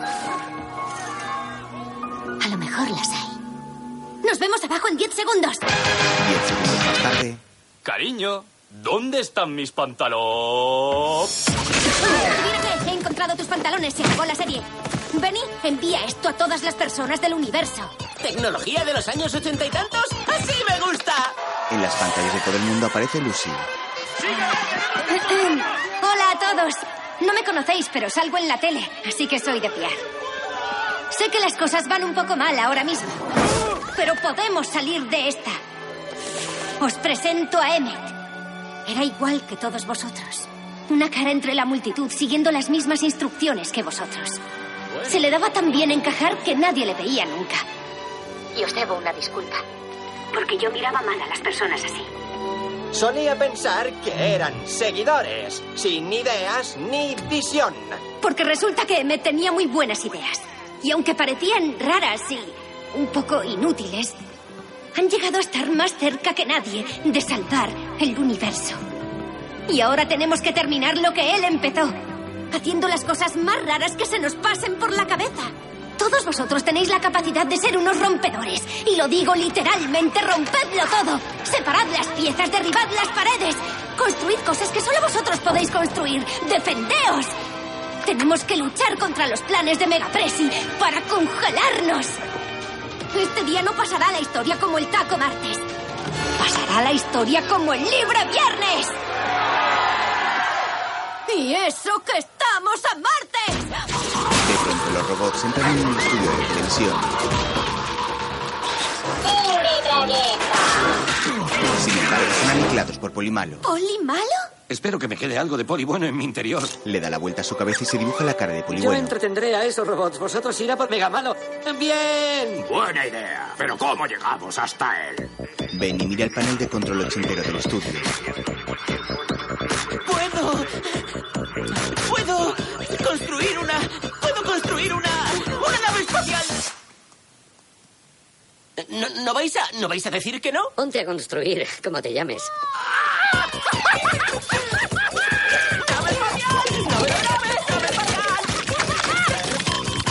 A lo mejor las hay. Nos vemos abajo en 10 segundos. Diez segundos más tarde, Cariño, ¿dónde están mis pantalones? Advierte, he encontrado tus pantalones. Se acabó la serie. Benny, envía esto a todas las personas del universo. ¿Tecnología de los años ochenta y tantos? ¡Así me gusta! en las pantallas de todo el mundo aparece Lucy. Hola a todos. No me conocéis, pero salgo en la tele, así que soy de fiar. Sé que las cosas van un poco mal ahora mismo, pero podemos salir de esta. Os presento a Emmet. Era igual que todos vosotros. Una cara entre la multitud, siguiendo las mismas instrucciones que vosotros. Se le daba tan bien encajar que nadie le veía nunca. Y os debo una disculpa, porque yo miraba mal a las personas así. Solía pensar que eran seguidores, sin ideas ni visión. Porque resulta que me tenía muy buenas ideas. Y aunque parecían raras y un poco inútiles, han llegado a estar más cerca que nadie de salvar el universo. Y ahora tenemos que terminar lo que él empezó, haciendo las cosas más raras que se nos pasen por la cabeza. Todos vosotros tenéis la capacidad de ser unos rompedores. Y lo digo literalmente, rompedlo todo. Separad las piezas, derribad las paredes. Construid cosas que solo vosotros podéis construir. Defendeos. Tenemos que luchar contra los planes de Megapresi para congelarnos. Este día no pasará a la historia como el taco martes. Pasará a la historia como el libre viernes. Y eso que estamos a martes. de pronto los robots entran en un estudio de televisión. Sin embargo, son aniquilados por Polimalo. ¿Poli malo? Espero que me quede algo de poli bueno en mi interior. Le da la vuelta a su cabeza y se dibuja la cara de Yo Polibueno. entretendré a esos robots. Vosotros irá por Megamalo. ¡Bien! Buena idea. Pero ¿cómo llegamos hasta él? Ven y mira el panel de control ochentero del estudio. ¡Puedo! ¡Puedo construir una! ¡Puedo construir una! ¡Una nave espacial! ¿No, no vais a, ¿No vais a decir que no? Ponte a construir, como te llames.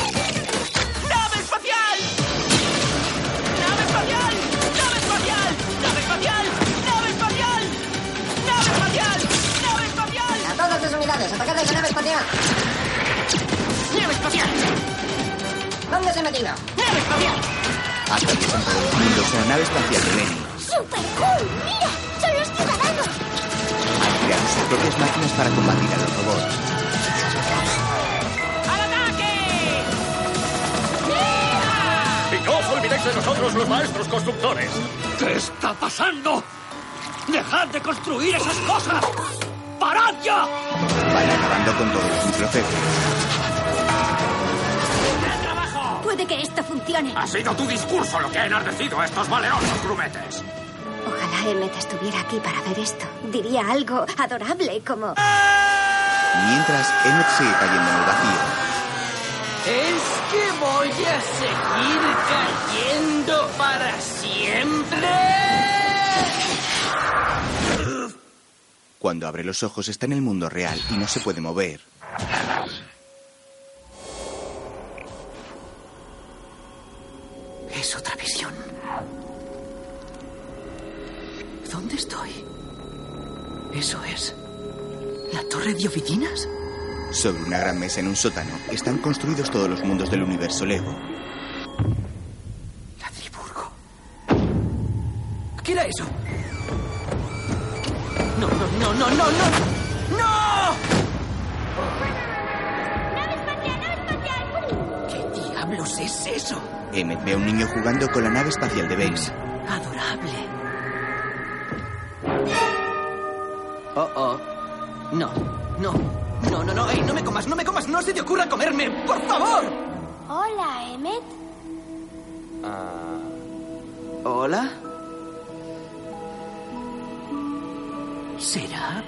¡Nave espacial! ¡Nave espacial! ¡Nave espacial! ¡Nave espacial! ¡Nave espacial! ¡Nave espacial! ¡Nave espacial! A todas tus unidades, atacad a esa nave espacial. ¡Nave espacial! ¿Dónde se ha metido? ¡Nave espacial! Atraviesan por los mundos en la nave espacial de Benny. ¡Super cool! ¡Mira! ¡Son los ciudadanos! Han creado sus propias máquinas para combatir a los robots. Y no os olvidéis de nosotros, los maestros constructores. ¿Qué está pasando? ¡Dejad de construir esas cosas! ¡Parad ya! Van acabando con todos los microcetes. Puede que esto funcione. Ha sido tu discurso lo que ha enardecido a estos valerosos grumetes. Ojalá Emmet estuviera aquí para ver esto. Diría algo adorable como... "Ah, Mientras, Emmett sigue cayendo en el vacío. ¿Es que voy a seguir cayendo para siempre? Cuando abre los ojos está en el mundo real y no se puede mover. Es otra visión. ¿Dónde estoy? ¿Eso es la torre de oficinas? Sobre una gran mesa en un sótano están construidos todos los mundos del universo Lego. ¿Qué era eso? No, no, no, no, no, no. ¡No! ¿Qué diablos es eso? Emmett ve a un niño jugando con la nave espacial de Benz. Adorable. Oh, oh. No, no, No, no, no, ey, no me comas, no me comas, no se te ocurra comerme, por favor. Hola, Emmet. Ah. ¿Hola? ¿Será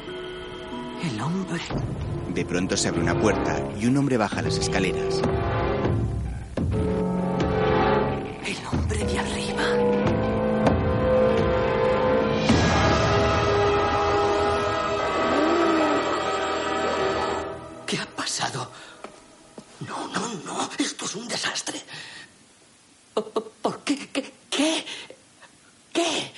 el hombre? De pronto se abre una puerta y un hombre baja las escaleras. El hombre de arriba. ¿Qué ha pasado? No, no, no. Esto es un desastre. ¿Por qué? ¿Qué? ¿Qué? ¿Qué?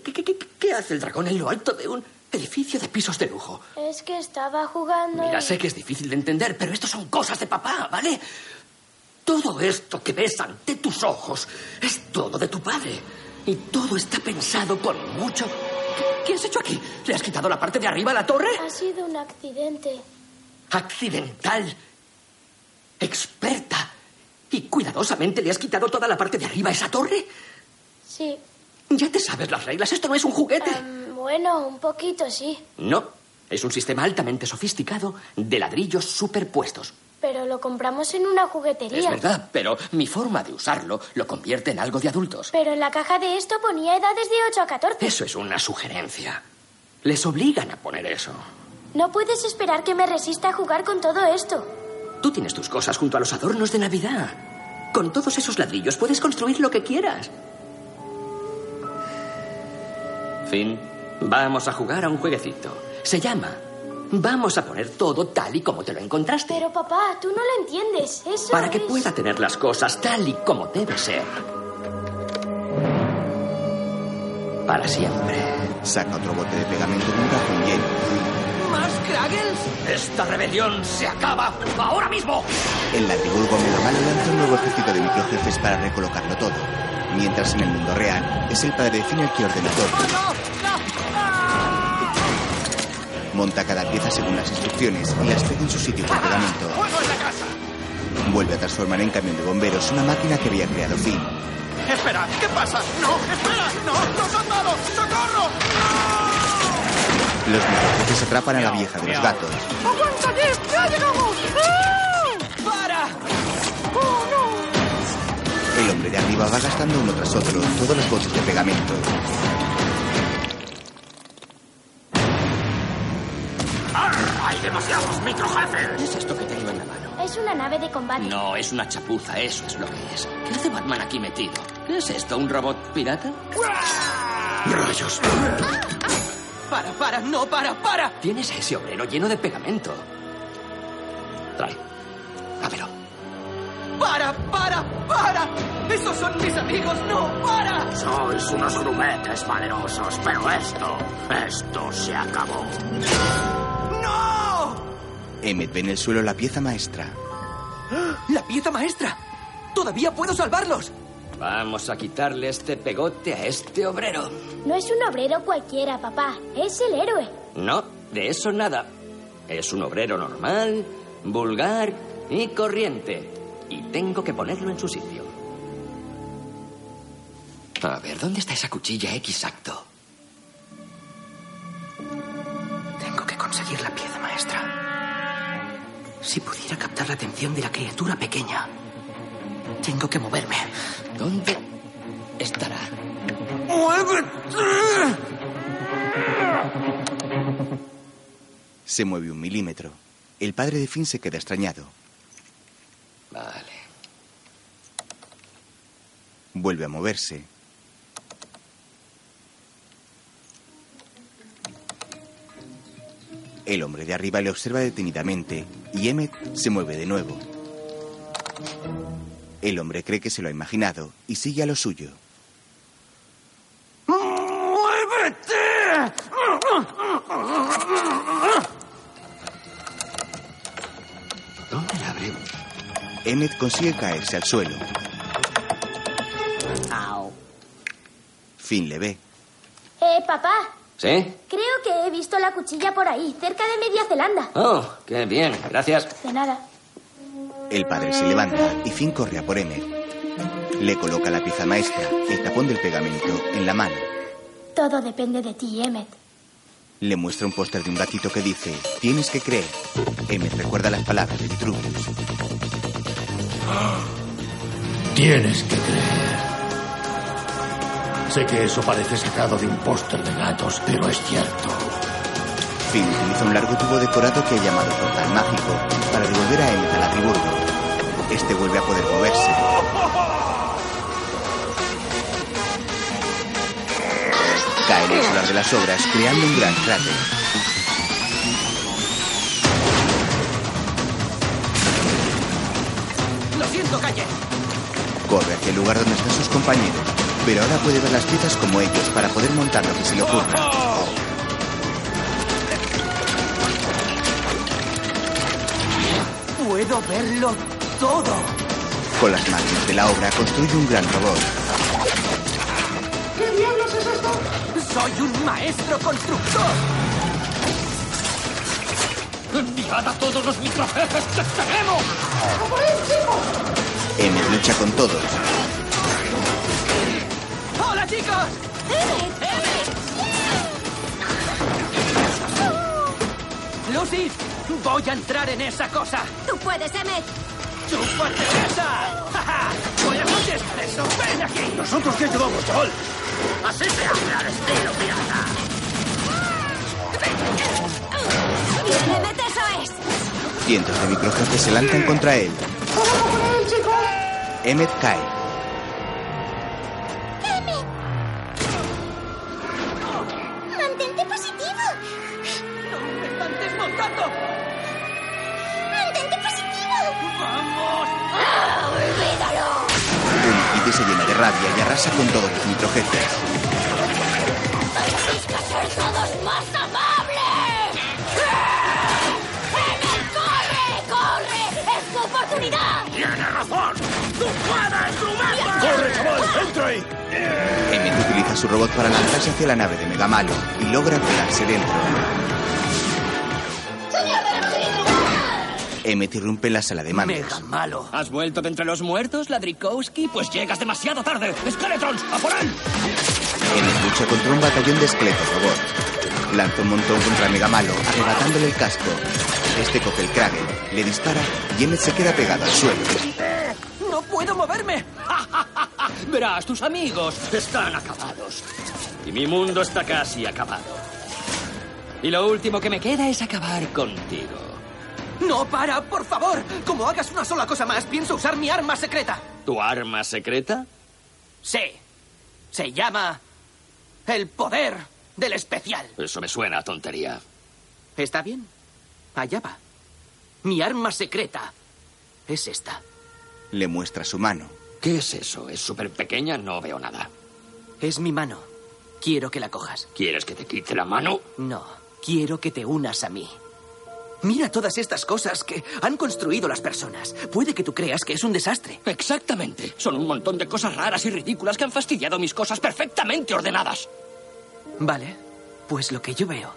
¿Qué, qué, qué- qué hace el dragón en lo alto de un edificio de pisos de lujo? Es que estaba jugando. Mira, y- sé que es difícil de entender, pero esto son cosas de papá, ¿vale? Todo esto que ves ante tus ojos es todo de tu padre. Y todo está pensado con mucho... ¿Qué, qué has hecho aquí? ¿Le has quitado la parte de arriba a la torre? Ha sido un accidente. accidental, experta. ¿Y cuidadosamente le has quitado toda la parte de arriba a esa torre? Sí. Ya te sabes las reglas, esto no es un juguete. Am, bueno, un poquito sí. No, es un sistema altamente sofisticado de ladrillos superpuestos. Pero lo compramos en una juguetería. Es verdad, pero mi forma de usarlo lo convierte en algo de adultos. Pero en la caja de esto ponía edades de 8 a 14. Eso es una sugerencia. Les obligan a poner eso. No puedes esperar que me resista a jugar con todo esto. Tú tienes tus cosas junto a los adornos de Navidad. Con todos esos ladrillos puedes construir lo que quieras. Fin. Vamos a jugar a un jueguecito. Se llama Vamos a poner todo tal y como te lo encontraste. Pero papá, tú no lo entiendes. Eso Para que es- pueda tener las cosas tal y como debe ser. Para siempre. Saca otro bote de pegamento de un cajón lleno. ¿Más Kraggles? Esta rebelión se acaba ahora mismo. El latiburgo melomano lanza un nuevo ejército de microjefes para recolocarlo todo. Mientras en el mundo real, es el padre de Finn el que ordena todo. Monta cada pieza según las instrucciones y las pega en su sitio por pegamento. ¡Fuego en la casa! Vuelve a transformar en camión de bomberos una máquina que había creado Finn. Espera, ¿qué pasa? No, espera, no, nos han dado, socorro. Los microjefes atrapan a la vieja de los gatos. ¡Aguanta, Jeff! ¡Ya llegamos! ¡Ah! ¡Oh, ¡Para! El hombre de arriba va gastando uno tras otro todos los botes de pegamento. ¡Hay demasiados microjefes! ¿Qué es esto que tengo en la mano? Es una nave de combate. No, es una chapuza, eso es lo que es. ¿Qué hace Batman aquí metido? ¿Qué es esto, un robot pirata? ¡Rayos! Para, para, no, para, para. Ah, Tienes a ese obrero lleno de pegamento. Trae. Dámelo. Para, para, para. Esos son mis amigos, no, para. Sois unos grumetes valerosos, pero esto, esto se acabó. Emmet ve en el suelo la pieza maestra. La pieza maestra. Todavía puedo salvarlos. Vamos a quitarle este pegote a este obrero. No es un obrero cualquiera, papá. Es el héroe. No, de eso nada. Es un obrero normal, vulgar y corriente. Y tengo que ponerlo en su sitio. A ver, ¿dónde está esa cuchilla exacto? Tengo que conseguir la pieza maestra. Si pudiera captar la atención de la criatura pequeña. Tengo que moverme. ¿Dónde estará? ¡Muévete! Se mueve un milímetro. El padre de Finn se queda extrañado. Vuelve a moverse. El hombre de arriba le observa detenidamente y Emmet se mueve de nuevo. El hombre cree que se lo ha imaginado y sigue a lo suyo. ¡Muévete! ¿Dónde la abrió? Emmet consigue caerse al suelo. Finn le ve. Eh, papá, ¿Sí? creo que he visto la cuchilla por ahí, cerca de Media Zelanda. Oh, qué bien, gracias. De nada. El padre se levanta y Finn corre a por Emmet. Le coloca la pieza maestra, el tapón del pegamento, en la mano. Todo depende de ti, Emmet. Le muestra un póster de un gatito que dice, tienes que creer. Emmet recuerda las palabras de Vitruvius. Tienes que creer. Sé que eso parece sacado de un póster de gatos, pero es cierto. Finn utiliza un largo tubo decorado que ha llamado portal mágico para devolver a Emmet a la triburgo. Este vuelve a poder moverse. Cae en el solar de las obras, creando un gran cráter. Lo siento, calle. Corre hacia el lugar donde están sus compañeros, pero ahora puede ver las piezas como ellos para poder montar lo que se le ocurra. Puedo verlo todo. Con las máquinas de la obra construye un gran robot. ¿Qué diablos es esto? Soy un maestro constructor. ¡Enviad a todos los microjefes que tenemos! Emmet lucha con todos. ¡Hola, chicos! ¡Lucy! Voy a entrar en esa cosa. Tú puedes, Emmet. ¡Chúpate esa! ¡Ja, ja! ¡Voy a contestar eso! ¡Ven aquí! ¿Nosotros qué llevamos, chaval? Así se hace al estilo pirata. Bien, Emmet, eso es. Cientos de microjefes se lanzan contra él. Emmet cae. ¡Mantente positivo! ¡No me están desmontando! ¡Mantente positivo! ¡Vamos! Un kite se llena de rabia y arrasa con todos los microjefes. ¡Tenéis que ser todos más amables! ¡Emel, corre, corre! ¡Es tu oportunidad! ¡Tiene razón! ¡Tú puedes, Rumeta! ¡Corre, chaval! ¡Entra ahí! Emmet utiliza su robot para lanzarse hacia la nave de Megamalo y logra colarse dentro. Emmet irrumpe en la sala de mandos. malo. ¿Has vuelto de entre los muertos, Ladrikowski? Pues llegas demasiado tarde. ¡Skeletrons, a por él! Emmet lucha contra un batallón de esqueletos robot. Lanza un montón contra Megamalo, arrebatándole el casco. Este coge el Kraken, le dispara y Emmet se queda pegado al suelo. ¡No puedo moverme! Verás, tus amigos están acabados. Y mi mundo está casi acabado. Y lo último que me queda es acabar contigo. ¡No para, por favor! Como hagas una sola cosa más, pienso usar mi arma secreta. ¿Tu arma secreta? Sí. Se llama. El poder del especial. Eso me suena a tontería. ¿Está bien? Allá va. Mi arma secreta es esta. Le muestra su mano. ¿Qué es eso? ¿Es súper pequeña? No veo nada. Es mi mano. Quiero que la cojas. ¿Quieres que te quite la mano? No, quiero que te unas a mí. Mira todas estas cosas que han construido las personas. Puede que tú creas que es un desastre. Exactamente. Son un montón de cosas raras y ridículas que han fastidiado mis cosas perfectamente ordenadas. Vale, pues lo que yo veo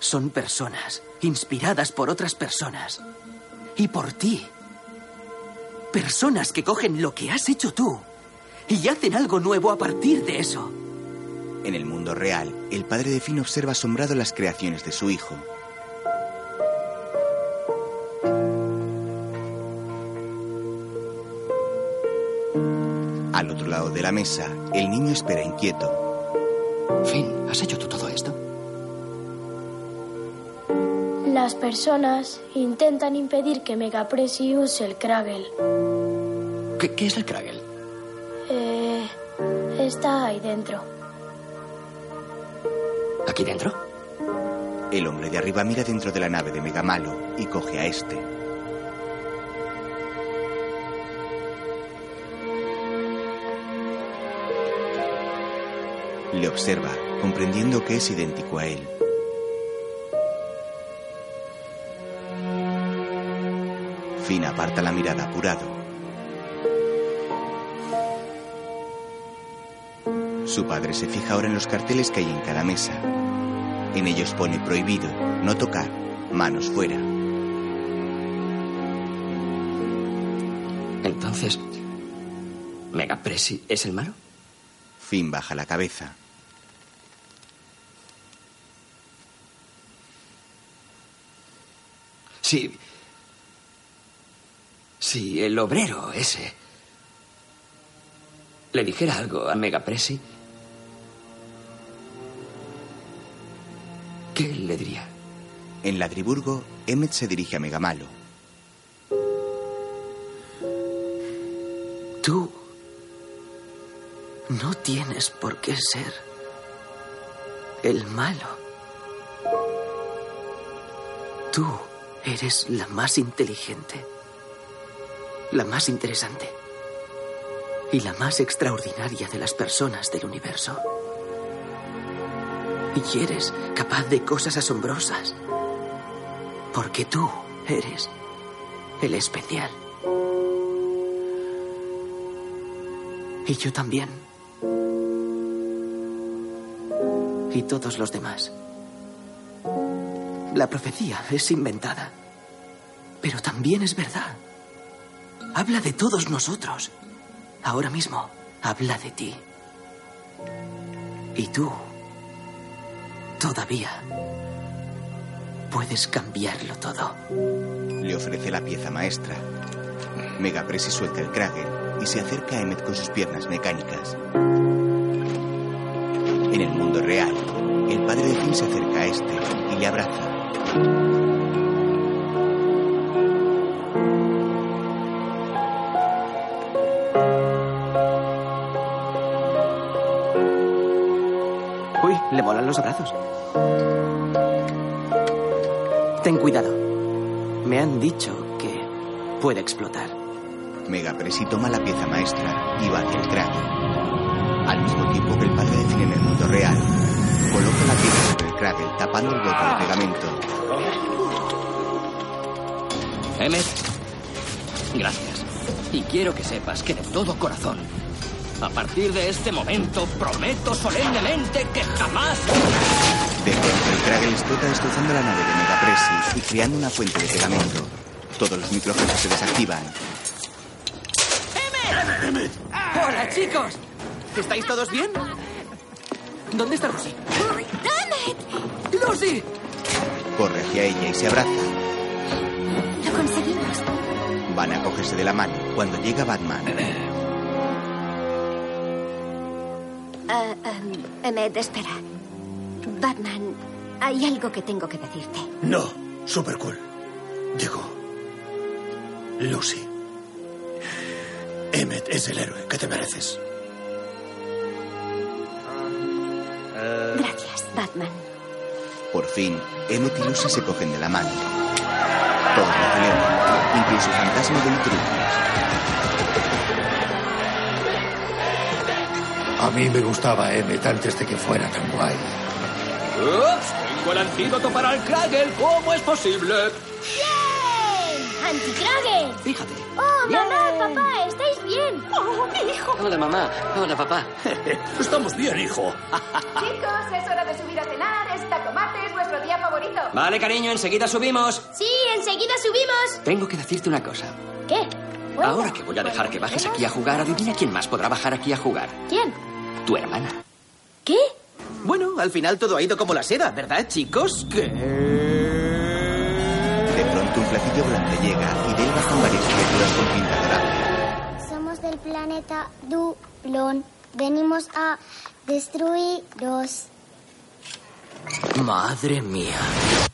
son personas inspiradas por otras personas y por ti. Personas que cogen lo que has hecho tú y hacen algo nuevo a partir de eso. En el mundo real, el padre de Finn observa asombrado las creaciones de su hijo. Al otro lado de la mesa, el niño espera inquieto. Finn, ¿has hecho tú todo esto? Las personas intentan impedir que Megapresi use el Kragel. ¿Qué, qué es el Kragel? Eh, Está ahí dentro. ¿Aquí dentro? El hombre de arriba mira dentro de la nave de Megamalo y coge a este. Le observa, comprendiendo que es idéntico a él. Finn aparta la mirada apurado. Su padre se fija ahora en los carteles que hay en cada mesa. En ellos pone prohibido, no tocar, manos fuera. Entonces, ¿Megapresi es el malo? Finn baja la cabeza. Sí. Si el obrero ese le dijera algo a Megapresi, ¿qué le diría? En Ladriburgo, Emmet se dirige a Megamalo. Tú no tienes por qué ser el malo. Tú eres la más inteligente, la más interesante y la más extraordinaria de las personas del universo. Y eres capaz de cosas asombrosas, porque tú eres el especial. Y yo también. Y todos los demás. La profecía es inventada, pero también es verdad. Habla de todos nosotros. Ahora mismo, habla de ti. Y tú, todavía, puedes cambiarlo todo. Le ofrece la pieza maestra. Megapresi suelta el Kraken y se acerca a Emmet con sus piernas mecánicas. En el mundo real, el padre de Finn se acerca a este y le abraza. Uy, le molan los abrazos. Ten cuidado. Me han dicho que puede explotar. Megapresi toma la pieza maestra y va hacia el Kraken. Al mismo tiempo que el padre de Finn en el mundo real, coloca la pieza sobre el Kraken tapando el hueco de pegamento. Emmet, gracias. Y quiero que sepas que de todo corazón, a partir de este momento, prometo solemnemente que jamás... De pronto el Kraken explota destrozando la nave de Megapresi y creando una fuente de pegamento. Todos los micrófonos se desactivan. ¡Hola, chicos! ¿Estáis todos bien? ¿Dónde está Lucy? ¡Lucy! Corre hacia ella y se abraza. Lo conseguimos. Van a cogerse de la mano cuando llega Batman. Ah, em, Emmett, espera. Batman, hay algo que tengo que decirte. No, super cool. Digo, Lucy. Emmet es el héroe que te mereces. Gracias, Batman. Por fin, Emmet y Lucy se cogen de la mano. Todos lo celebran, incluso el fantasma de A mí me gustaba Emmet antes de que fuera tan guay. ¡Ups! Tengo el antídoto para el Kragel. ¿Cómo es posible? ¡Anticragen! Fíjate. ¡Oh, mamá, papá! ¿Estáis bien? ¡Oh, hijo! Hola, mamá. Hola, papá. Estamos bien, hijo. Chicos, es hora de subir a cenar. Esta tomate es vuestro día favorito. Vale, cariño, enseguida subimos. Sí, enseguida subimos. Tengo que decirte una cosa. ¿Qué? Bueno, Ahora que voy a dejar que bajes aquí a jugar, adivina quién más podrá bajar aquí a jugar. ¿Quién? Tu hermana. ¿Qué? Bueno, al final todo ha ido como la seda, ¿verdad, chicos? ¿Qué? De pronto un platillo volante llega y de él bajan varias criaturas con pinta dorada. Somos del planeta Dulon. Venimos a destruiros. Madre mía.